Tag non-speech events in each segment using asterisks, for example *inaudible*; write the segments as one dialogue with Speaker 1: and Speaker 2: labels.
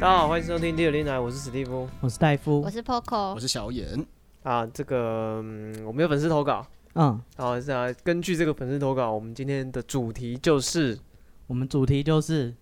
Speaker 1: 欢迎收听《第二电台》，我是史蒂夫
Speaker 2: 我是戴夫
Speaker 3: 我，是 Poco，
Speaker 4: 我是小眼，
Speaker 1: 啊。这个、嗯我们有粉丝投稿
Speaker 2: 嗯，
Speaker 1: 啊，是啊。根据这个粉丝投稿，我们今天的主题就是
Speaker 2: 我们主题就是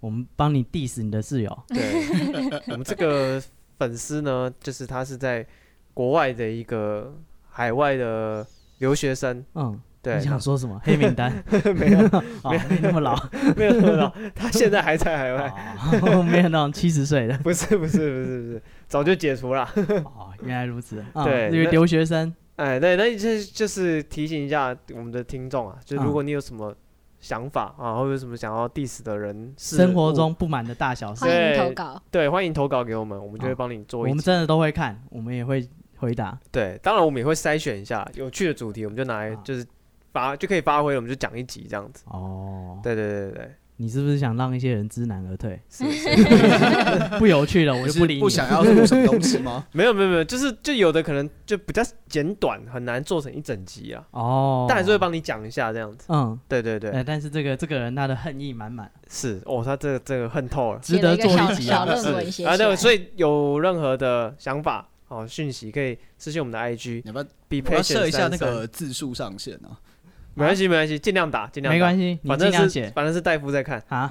Speaker 2: 我们帮你 diss 你的室友，
Speaker 1: 对，我们这个粉丝呢，就是他是在国外的一个海外的留学生，
Speaker 2: 嗯，
Speaker 1: 对
Speaker 2: 你，想说什么？黑名单？
Speaker 1: *laughs* 没有
Speaker 2: 哦，没那么老，
Speaker 1: 没有没有，他现在还在海外， *laughs*
Speaker 2: 哦没有那种七十岁的，
Speaker 1: 不是不是不是不是，早就解除了。 *laughs*
Speaker 2: 哦，原来如此，嗯
Speaker 1: 对
Speaker 2: 因为
Speaker 1: 那
Speaker 2: 留学生，
Speaker 1: 哎，对，那就是就是提醒一下我们的听众啊，就如
Speaker 2: 嗯
Speaker 1: 果你有什么想法啊，或者有什么想要 diss 的人，事
Speaker 2: 生活
Speaker 1: 物
Speaker 2: 中不满的大小事
Speaker 1: 对，
Speaker 3: 欢迎投稿。
Speaker 1: 对，欢迎投稿给我们，我们就会
Speaker 2: 啊
Speaker 1: 帮你做
Speaker 2: 我
Speaker 1: 一
Speaker 2: 们
Speaker 1: 集。
Speaker 2: 真的都会看，我们也会回答，
Speaker 1: 对，当然我们也会筛选一下有趣的主题，我们就拿来
Speaker 2: 啊
Speaker 1: 就是发就可以发挥，我们就讲一集这样子。
Speaker 2: 哦，
Speaker 1: 对对对对对，
Speaker 2: 你是不是想让一些人知难而
Speaker 1: *laughs*
Speaker 2: 退？
Speaker 1: 是是？
Speaker 2: 不有趣了，我就
Speaker 4: 你
Speaker 2: 不
Speaker 4: 是
Speaker 2: 理你
Speaker 4: 不
Speaker 2: 了。
Speaker 4: 想要录什么东西吗
Speaker 2: *laughs*
Speaker 1: 没有没有没有，就是就有的可能就比较简短，很难做成一整集啊，
Speaker 2: 哦，
Speaker 1: 但还是会帮你讲一下这样子。
Speaker 2: 嗯，
Speaker 1: 对对对，
Speaker 2: 哎，但是这个这个人他的恨意满满，
Speaker 1: 是哦，他这个这个恨透了。
Speaker 2: 值得做
Speaker 3: 写了
Speaker 2: 一
Speaker 3: 个
Speaker 2: 集
Speaker 3: 小
Speaker 2: 啊
Speaker 3: 小。论文写
Speaker 1: 啊，
Speaker 3: 起
Speaker 1: 对，
Speaker 3: 来
Speaker 1: 所以有任何的想法哦，讯息可以私信我们的 IG，
Speaker 4: 你要不要
Speaker 1: 比
Speaker 4: 我
Speaker 1: patient
Speaker 4: 要设一下那
Speaker 1: 33，
Speaker 4: 个字数上限啊？
Speaker 1: 没关系没关系，尽量打尽量
Speaker 2: 没关
Speaker 1: 系，
Speaker 2: 系，你
Speaker 1: 反
Speaker 2: 尽量
Speaker 1: 正
Speaker 2: 写
Speaker 1: 是反正是戴夫在看，
Speaker 2: 啊，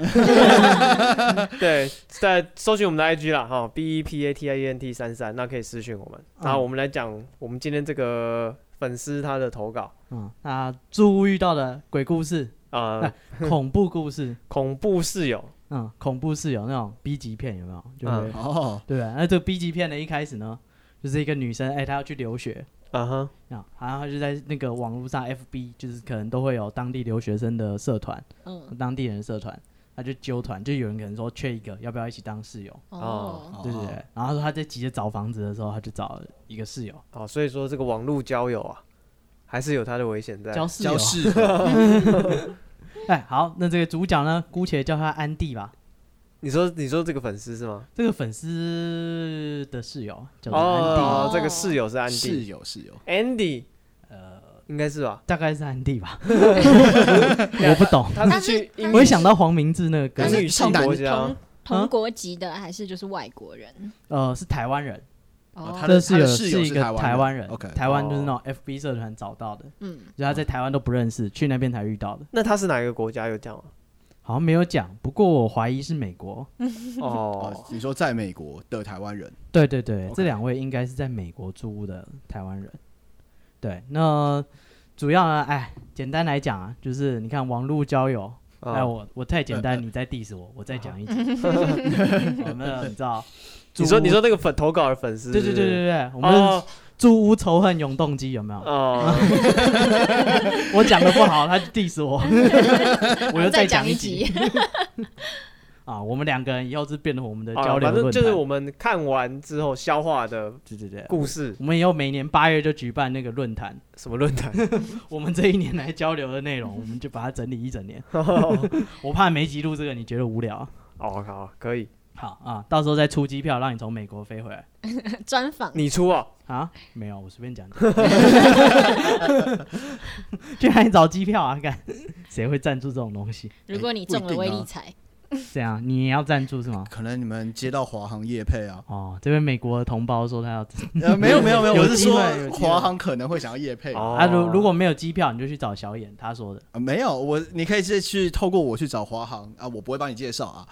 Speaker 1: 对，在搜寻我们的 IG 啦，哈，B E P A T I E N T 三三，那可以私讯我们，
Speaker 2: 嗯
Speaker 1: 然后我们来讲我们今天这个粉丝他的投稿，
Speaker 2: 嗯，那住屋遇到的鬼故事、
Speaker 1: 呃
Speaker 2: 哎，恐怖故事，
Speaker 1: 恐怖室友，
Speaker 2: 嗯，恐怖是有那种 B 级片有没有？就会
Speaker 1: 嗯
Speaker 4: 哦，
Speaker 2: 对啊，那这个 B 级片的一开始呢，就是一个女生，哎，她要去留学，
Speaker 1: 啊哈，
Speaker 2: 啊，然后她就在那个网络上 FB，就是可能都会有当地留学生的社团，
Speaker 3: 嗯，
Speaker 2: 当地人的社团，她就揪团，就有人可能说缺一个，要不要一起当室友？
Speaker 1: 哦
Speaker 3: 哦，
Speaker 2: 对对对，然后她说她在急着找房子的时候，她就找了一个室友，
Speaker 1: 好，哦所以说这个网络交友啊，还是有它的危险在，
Speaker 2: 交室友
Speaker 4: 教。室
Speaker 2: *laughs* 哎，好，那这个主角呢，姑且叫他安迪吧。
Speaker 1: 你说你说这个粉丝是吗？
Speaker 2: 这个粉丝的室友叫做安迪，
Speaker 1: 哦，这个室友是安
Speaker 4: 室
Speaker 1: 迪
Speaker 4: 友室友，
Speaker 1: ，Andy，呃，应该是吧？
Speaker 2: 大概是安迪
Speaker 4: *laughs*
Speaker 2: 吧，我不懂。
Speaker 1: 他
Speaker 3: 他
Speaker 1: 是去
Speaker 3: 是
Speaker 1: 英
Speaker 2: 我
Speaker 1: 语
Speaker 2: 也想到啊黄明志那个歌
Speaker 3: 他
Speaker 1: 跟
Speaker 3: 是
Speaker 1: 女性
Speaker 4: 同
Speaker 1: 国家
Speaker 3: 同，同国籍的还是就是外国人？
Speaker 2: 呃，是台湾人，
Speaker 1: 啊
Speaker 4: 哦
Speaker 3: 哦
Speaker 4: 他，
Speaker 2: 这
Speaker 4: 的
Speaker 2: 室友
Speaker 4: 他的室友
Speaker 2: 是一
Speaker 4: 是
Speaker 2: 个
Speaker 4: 台湾人
Speaker 2: 台湾人
Speaker 4: OK 哦
Speaker 2: 台湾就是那种 FB 社团找到的，
Speaker 3: 嗯，
Speaker 2: 就他在台湾都不认识，去那边才遇到的，
Speaker 1: 那他是哪一个国家有讲吗？
Speaker 2: 好像没有讲，不过我怀疑是美国。*laughs*
Speaker 4: 哦
Speaker 1: 哦，，
Speaker 4: 你说在美国的台湾人，
Speaker 2: 对对对，
Speaker 4: OK
Speaker 2: 这两位应该是在美国住屋的台湾人。对，那主要呢，哎，简单来讲啊，就是你看网络交友，哎，
Speaker 1: 哦，
Speaker 2: 我我太简单，你再 diss 我，我再
Speaker 1: *laughs*
Speaker 2: 讲一集。 *laughs* 我们你知道，
Speaker 1: 你说
Speaker 2: 住屋
Speaker 1: 你说那个粉投稿的粉丝，
Speaker 2: 对对对对对，对我们
Speaker 1: 哦
Speaker 2: 住屋仇恨永动机有
Speaker 1: *laughs*
Speaker 2: 没有？
Speaker 1: 哦，
Speaker 2: 我讲的不好，他 diss 我，我又
Speaker 3: 再
Speaker 2: 讲
Speaker 3: 一
Speaker 2: 集
Speaker 3: 集，
Speaker 2: 啊。我们两个人以后就变成我们呃的
Speaker 1: 好
Speaker 2: 交
Speaker 1: 了
Speaker 2: 流
Speaker 1: 啊反正
Speaker 2: 论
Speaker 1: 就是
Speaker 2: 坛
Speaker 1: 我们看完之后消化的
Speaker 2: 对对对，
Speaker 1: 故
Speaker 2: *laughs*
Speaker 1: 事，
Speaker 2: 我们以后每年八月就举办那个论坛，
Speaker 1: 什么论 *laughs* 坛？
Speaker 2: 我们这一年来交流的内容，我们就把它整理一整年。我怕每一集录这个你觉得无聊，
Speaker 1: 哦，好，可以，
Speaker 2: 好啊，到时候再出机票让你从美国飞回来。
Speaker 3: 专访
Speaker 1: 你出哦，
Speaker 2: 啊，没有，我随便讲讲。 *laughs* 去哪里找机票啊？干，谁会赞助这种东西？
Speaker 3: 如果
Speaker 2: 哎
Speaker 3: 你中了威
Speaker 2: 啊
Speaker 3: 力彩，
Speaker 2: 这样你也要赞助是吗？？
Speaker 4: 可能你们接到华航业配啊
Speaker 2: *laughs* 哦，这位美国的同胞说他要，
Speaker 4: 呃，没有没有没有，
Speaker 2: 有
Speaker 4: 我是
Speaker 2: 机会
Speaker 4: 说
Speaker 2: 有机会
Speaker 4: 华航可能会想要业配。
Speaker 1: 哦
Speaker 2: 啊，如如果没有机票，你就去找小眼，他说的。
Speaker 4: 啊没有，我你可以直接去透过我去找华航啊，我不会帮你介绍啊，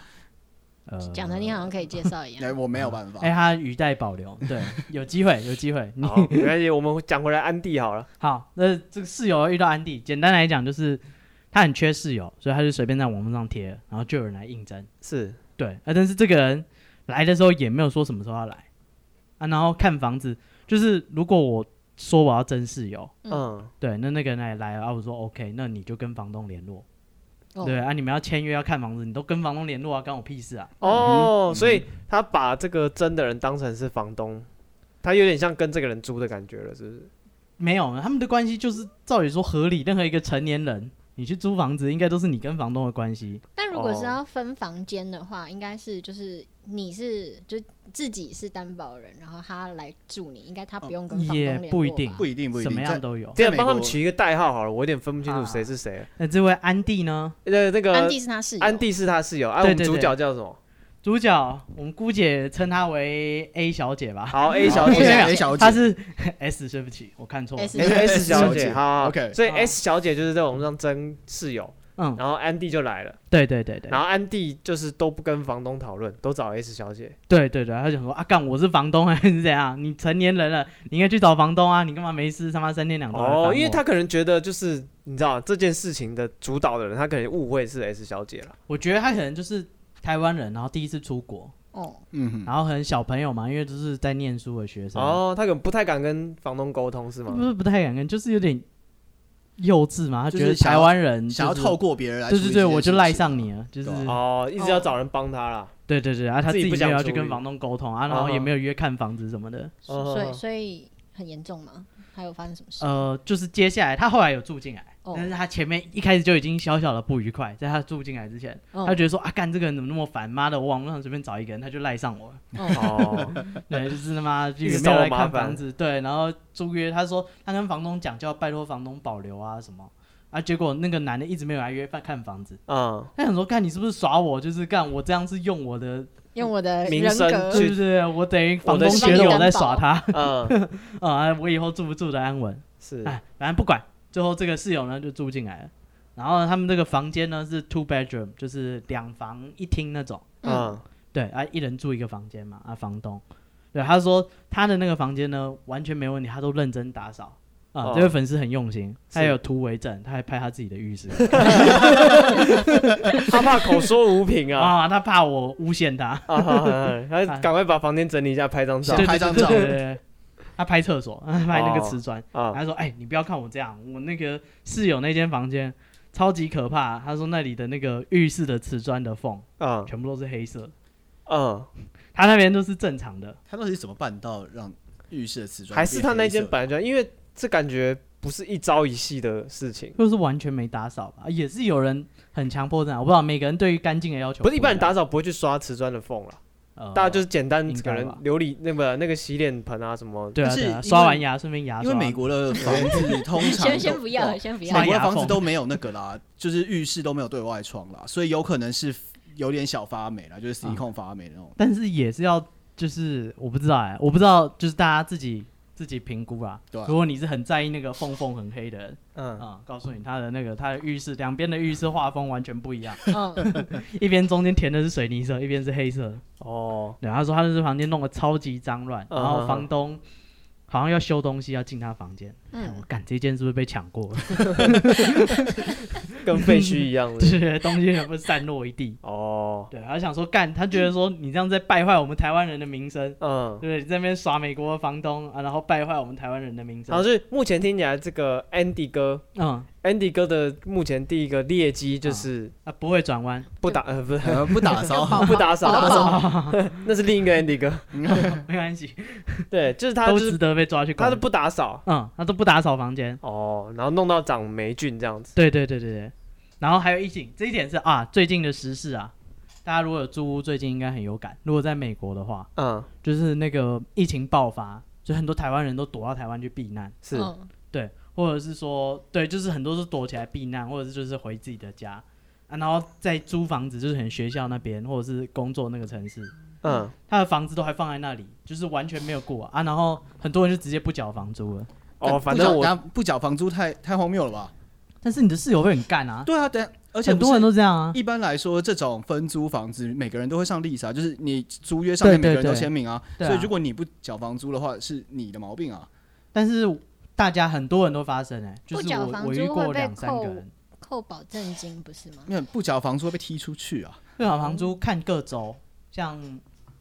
Speaker 2: 呃，
Speaker 3: 讲的你好像可以介绍一
Speaker 4: 哎，
Speaker 3: 样。
Speaker 4: 我没有办
Speaker 2: 嗯
Speaker 4: 法
Speaker 2: 哎，。他语带保留， *laughs* 对，有机会，有机会。你
Speaker 1: 好，没关系，我们讲回来安迪好了，
Speaker 2: 好，那这个室友遇到安迪，简单来讲就是他很缺室友，所以他就随便在网络上贴，然后就有人来应征。
Speaker 1: 是
Speaker 2: 对，啊， *laughs* 但是这个人来的时候也没有说什么时候要来啊，然后看房子，就是如果我说我要争室友，
Speaker 1: 嗯，
Speaker 2: 对，那那个人也来了啊，我说 OK，那你就跟房东联络，
Speaker 3: 哦
Speaker 2: 对啊，你们要签约要看房子，你都跟房东联络啊，关我屁事啊，
Speaker 1: 哦，所以他把这个真的人当成是房东，他有点像跟这个人租的感觉了，是不是？
Speaker 2: 没有，他们的关系就是照理说合理，任何一个成年人。你去租房子，应该都是你跟房东的关系。
Speaker 3: 但如果
Speaker 1: 哦
Speaker 3: 是要分房间的话，应该是就是你是就自己是担保人，然后他来住你，应该他不用跟房东
Speaker 2: 哦也
Speaker 3: 联络
Speaker 2: 不一
Speaker 3: 吧
Speaker 2: 定
Speaker 4: 不一定不一
Speaker 2: 什
Speaker 4: 定，
Speaker 2: 么样
Speaker 4: 在
Speaker 2: 都
Speaker 3: 哦
Speaker 2: 有。
Speaker 1: 这样
Speaker 4: 在美
Speaker 1: 帮他们
Speaker 4: 国
Speaker 1: 取一个代号好了，我有点分不清楚
Speaker 2: 啊
Speaker 1: 谁是谁了。呃
Speaker 2: 那这位安迪呢？
Speaker 1: 那那
Speaker 3: 安
Speaker 1: 个
Speaker 3: 迪是他室友，
Speaker 1: 安迪是他室友，啊，我
Speaker 2: 对
Speaker 1: 们
Speaker 2: 对
Speaker 1: 主
Speaker 2: 对
Speaker 1: 角叫什么？
Speaker 2: 主角，我们姑且称她为 A 小姐吧。
Speaker 1: 好，A
Speaker 2: *laughs*
Speaker 1: 小
Speaker 2: 谢谢
Speaker 1: 姐
Speaker 2: 啊
Speaker 4: A 小姐
Speaker 2: 她是 *laughs* S，对不起，我看错了。
Speaker 3: S
Speaker 1: ，S S 小
Speaker 4: 小
Speaker 1: 姐，
Speaker 4: 姐
Speaker 1: 好好
Speaker 4: OK
Speaker 1: 所以
Speaker 2: 好
Speaker 1: S 小姐就是在网络上争室友，
Speaker 2: 嗯，
Speaker 1: 然后安迪就来了，
Speaker 2: 对对对对
Speaker 1: 然后安迪就是都不跟房东讨论，都找 S 小姐，
Speaker 2: 对对对，她就说啊，干我是房东还是怎样？你成年人了，你应该去找房东啊，你干嘛没事他妈三天两头来烦
Speaker 1: 哦
Speaker 2: 我，
Speaker 1: 因为他可能觉得就是你知道这件事情的主导的人，他可能误会是 S 小姐了。
Speaker 2: 我觉得他可能就是台湾人，然后第一次出国，
Speaker 3: 哦，
Speaker 4: 嗯哼，
Speaker 2: 然后可能小朋友嘛，因为都是在念书的学生，
Speaker 1: 哦，他可能不太敢跟房东沟通是
Speaker 2: 不
Speaker 1: 吗？
Speaker 2: 是不太敢跟，就是有点幼稚嘛。他
Speaker 4: 就
Speaker 2: 觉得
Speaker 4: 是想
Speaker 2: 台
Speaker 4: 要
Speaker 2: 湾人、就是、
Speaker 4: 想要透过别人来处
Speaker 2: 对
Speaker 4: 理
Speaker 2: 对
Speaker 4: 这件事情，
Speaker 2: 对，我就赖上你了，就是、
Speaker 4: 对啊
Speaker 1: 哦，一直要找人帮他啦。
Speaker 2: 对对对，然、啊、后他
Speaker 1: 自
Speaker 2: 自
Speaker 1: 己
Speaker 2: 己
Speaker 1: 不
Speaker 2: 没
Speaker 1: 想
Speaker 2: 有要
Speaker 1: 处
Speaker 2: 去跟
Speaker 1: 理
Speaker 2: 房东沟通啊，然
Speaker 1: 啊
Speaker 2: 后
Speaker 1: 哈
Speaker 2: 也没有约看房子什么的。
Speaker 1: 哦
Speaker 3: 所以所以很严重吗？还有发生什么事？
Speaker 2: 呃，就是接下来他后来有住进来，
Speaker 3: 哦
Speaker 2: 但是他前面一开始就已经小小的不愉快，在他住进来之前，
Speaker 3: 哦
Speaker 2: 他觉得说啊，干这个人怎么那么烦，妈的，我网络上随便找一个人他就赖上
Speaker 3: *laughs*
Speaker 2: 我了。
Speaker 3: 哦
Speaker 1: 哦，
Speaker 2: 对，就是他妈就
Speaker 1: 一直
Speaker 2: 有没
Speaker 1: 找
Speaker 2: 有
Speaker 1: 我
Speaker 2: 来
Speaker 1: 麻
Speaker 2: 看
Speaker 1: 烦
Speaker 2: 房子，对，然后租约，他说他跟房东讲，就要拜托房东保留啊什么啊，结果那个男的一直没有来约饭看房子，
Speaker 1: 嗯，
Speaker 2: 他想说，干你是不是耍我？就是干我这样是用我的，
Speaker 3: 用我的
Speaker 1: 名
Speaker 3: 人
Speaker 1: 声
Speaker 3: 格
Speaker 1: 去
Speaker 2: 对不对？我等于
Speaker 1: 我
Speaker 2: 房
Speaker 1: 的
Speaker 2: 东
Speaker 1: 信
Speaker 2: 觉得
Speaker 1: 用
Speaker 2: 我在耍他 *laughs*
Speaker 1: 嗯，
Speaker 2: 啊，我以后住不住的安稳？
Speaker 1: 是
Speaker 2: 哎，反正不管，最后这个室友呢就住进来了。然后他们这个房间呢是 two bedroom，就是两房一厅那种。
Speaker 1: 嗯，
Speaker 2: 对啊，一人住一个房间嘛啊，房东，对他说他的那个房间呢完全没问题，他都认真打扫啊，
Speaker 1: 哦
Speaker 2: 这位粉丝很用心，他
Speaker 1: 是
Speaker 2: 有图为证，他还拍他自己的浴室
Speaker 1: 他怕口说无凭 *laughs* 啊，
Speaker 2: 啊，他怕我诬陷他，
Speaker 1: 啊，哈哈他赶快把房间整理一下，拍张照
Speaker 4: 想
Speaker 2: 对
Speaker 4: 拍
Speaker 2: 对
Speaker 4: 张
Speaker 2: 对
Speaker 4: 照
Speaker 2: 对对对他拍厕所，啊拍那个
Speaker 1: 哦
Speaker 2: 瓷砖，
Speaker 1: 啊，
Speaker 2: 他说：“哎、你不要看我这样，我那个室友那间房间超级可怕。”他说：“那里的那个浴室的瓷砖的缝
Speaker 1: 嗯
Speaker 2: 全部都是黑色，
Speaker 1: 嗯，
Speaker 2: 他那边都是正常的。
Speaker 4: 他到底是怎么办到让浴室的瓷砖
Speaker 1: 还是他那
Speaker 4: 变
Speaker 1: 间
Speaker 4: 黑色
Speaker 1: 本来就，因为这感觉不是一朝一夕的事情，
Speaker 2: 就是完全没打扫吧，也是有人很强迫症啊，我不知道每个人对于干净的要求
Speaker 1: 不是一般人
Speaker 2: 样
Speaker 1: 打扫不会去刷瓷砖的缝了，
Speaker 2: 呃
Speaker 1: 大家就是简单
Speaker 2: 应该
Speaker 1: 可能
Speaker 2: 吧
Speaker 1: 琉璃那个那个洗脸盆啊什么，
Speaker 2: 对啊
Speaker 4: 就是
Speaker 2: 对
Speaker 4: 因
Speaker 2: 啊，
Speaker 4: 为
Speaker 2: 刷完牙顺便牙
Speaker 4: 因
Speaker 2: 刷，
Speaker 4: 为美国的房子
Speaker 2: *laughs*
Speaker 4: 通常
Speaker 3: 先
Speaker 4: 都
Speaker 3: 先不
Speaker 2: 哦
Speaker 3: 要，
Speaker 4: 哦
Speaker 3: 先不要
Speaker 2: 刷
Speaker 4: 美
Speaker 2: 牙
Speaker 4: 国的房
Speaker 2: 缝
Speaker 4: 子都没有那个啦，就是浴室都没有对外窗啦，所以有可能是有点小发霉啦，就是 C 控发霉那种。
Speaker 2: 但是也是要就是我不知道哎、我不知道就是大家自己自己评估啦。
Speaker 4: 对啊
Speaker 2: 如果你是很在意那个缝缝很黑的人啊、
Speaker 1: 嗯，
Speaker 2: 告诉你他的那个他的浴室两边的浴室画风完全不一样， *laughs*
Speaker 3: 嗯，
Speaker 2: 一边中间填的是水泥色，一边是黑色。
Speaker 1: 哦，
Speaker 2: 对，他说他的这房间弄得超级脏乱，
Speaker 1: 嗯
Speaker 2: 然后
Speaker 1: 嗯
Speaker 2: 房东好像要修东西要进他房间，哎
Speaker 3: 嗯
Speaker 2: 我干这间是不是被抢过了？
Speaker 1: 跟废墟一
Speaker 2: *laughs*
Speaker 1: 样的，
Speaker 2: 对，东西全部散落一地。
Speaker 1: 哦，
Speaker 2: 对，他想说干，他觉得说你这样在败坏我们台湾人的名声，对
Speaker 1: 嗯
Speaker 2: 不。对？你在那边耍美国的房东啊，然后败坏我们台湾人的名
Speaker 1: 然后
Speaker 2: 声。
Speaker 1: 就是目前听起来，这个 Andy 哥
Speaker 2: 嗯，
Speaker 1: ，Andy 哥的目前第一个劣迹就是
Speaker 2: 啊，不会转弯，
Speaker 1: 不打呃不是 *laughs*
Speaker 4: 呃不
Speaker 2: *laughs*
Speaker 4: 打
Speaker 3: 要
Speaker 4: 扫，
Speaker 3: 抱
Speaker 1: 不打
Speaker 3: 抱
Speaker 1: 扫，
Speaker 3: 抱
Speaker 1: 那是另 *laughs* 一个 Andy 哥。
Speaker 2: 没关系，
Speaker 1: 对，就是嗯他
Speaker 2: 都
Speaker 1: 就是
Speaker 2: 值得被抓去
Speaker 1: 他
Speaker 2: 关
Speaker 1: 是。不打扫
Speaker 2: 嗯，他都不打扫房间。
Speaker 1: 哦，然后弄到长霉菌这样子。
Speaker 2: 对对对对对。然后还有一点，这一点是啊，最近的时事啊，大家如果有租屋，最近应该很有感。如果在美国的话，
Speaker 1: 嗯，
Speaker 2: 就是那个疫情爆发，所以很多台湾人都躲到台湾去避难。
Speaker 1: 是
Speaker 3: 嗯
Speaker 2: 对，或者是说，对，就是很多是躲起来避难，或者是就是回自己的家啊，然后再租房子，就是很学校那边或者是工作那个城市，
Speaker 1: 嗯，
Speaker 2: 他的房子都还放在那里，就是完全没有过啊，然后很多人就直接不缴房租了。
Speaker 1: 哦，
Speaker 4: 干
Speaker 1: 反
Speaker 4: 不
Speaker 1: 正
Speaker 4: 缴
Speaker 1: 我
Speaker 4: 等下不缴房租太太荒谬了吧？
Speaker 2: 但是你的室友会很干啊，
Speaker 4: 对啊，等下而且
Speaker 2: 很
Speaker 4: 不
Speaker 2: 多
Speaker 4: 是
Speaker 2: 人都这样啊，
Speaker 4: 一般来说，这种分租房子，每个人都会上 lease 啊，就是你租约上面
Speaker 2: 对对
Speaker 4: 每个人都
Speaker 2: 对
Speaker 4: 签名啊。
Speaker 2: 对啊
Speaker 4: 所以如果你不缴房租的话，是你的毛病啊。
Speaker 2: 但是大家很多人都发生哎、就
Speaker 3: 不
Speaker 2: 是
Speaker 3: 缴
Speaker 2: 我
Speaker 3: 房
Speaker 2: 我
Speaker 3: 租
Speaker 2: 遇过
Speaker 3: 会被
Speaker 2: 两三
Speaker 3: 扣
Speaker 2: 个人，
Speaker 3: 扣保证金不是吗？
Speaker 4: 那不缴房租会被踢出去啊。
Speaker 2: 不缴房
Speaker 3: 嗯
Speaker 2: 租看各州，像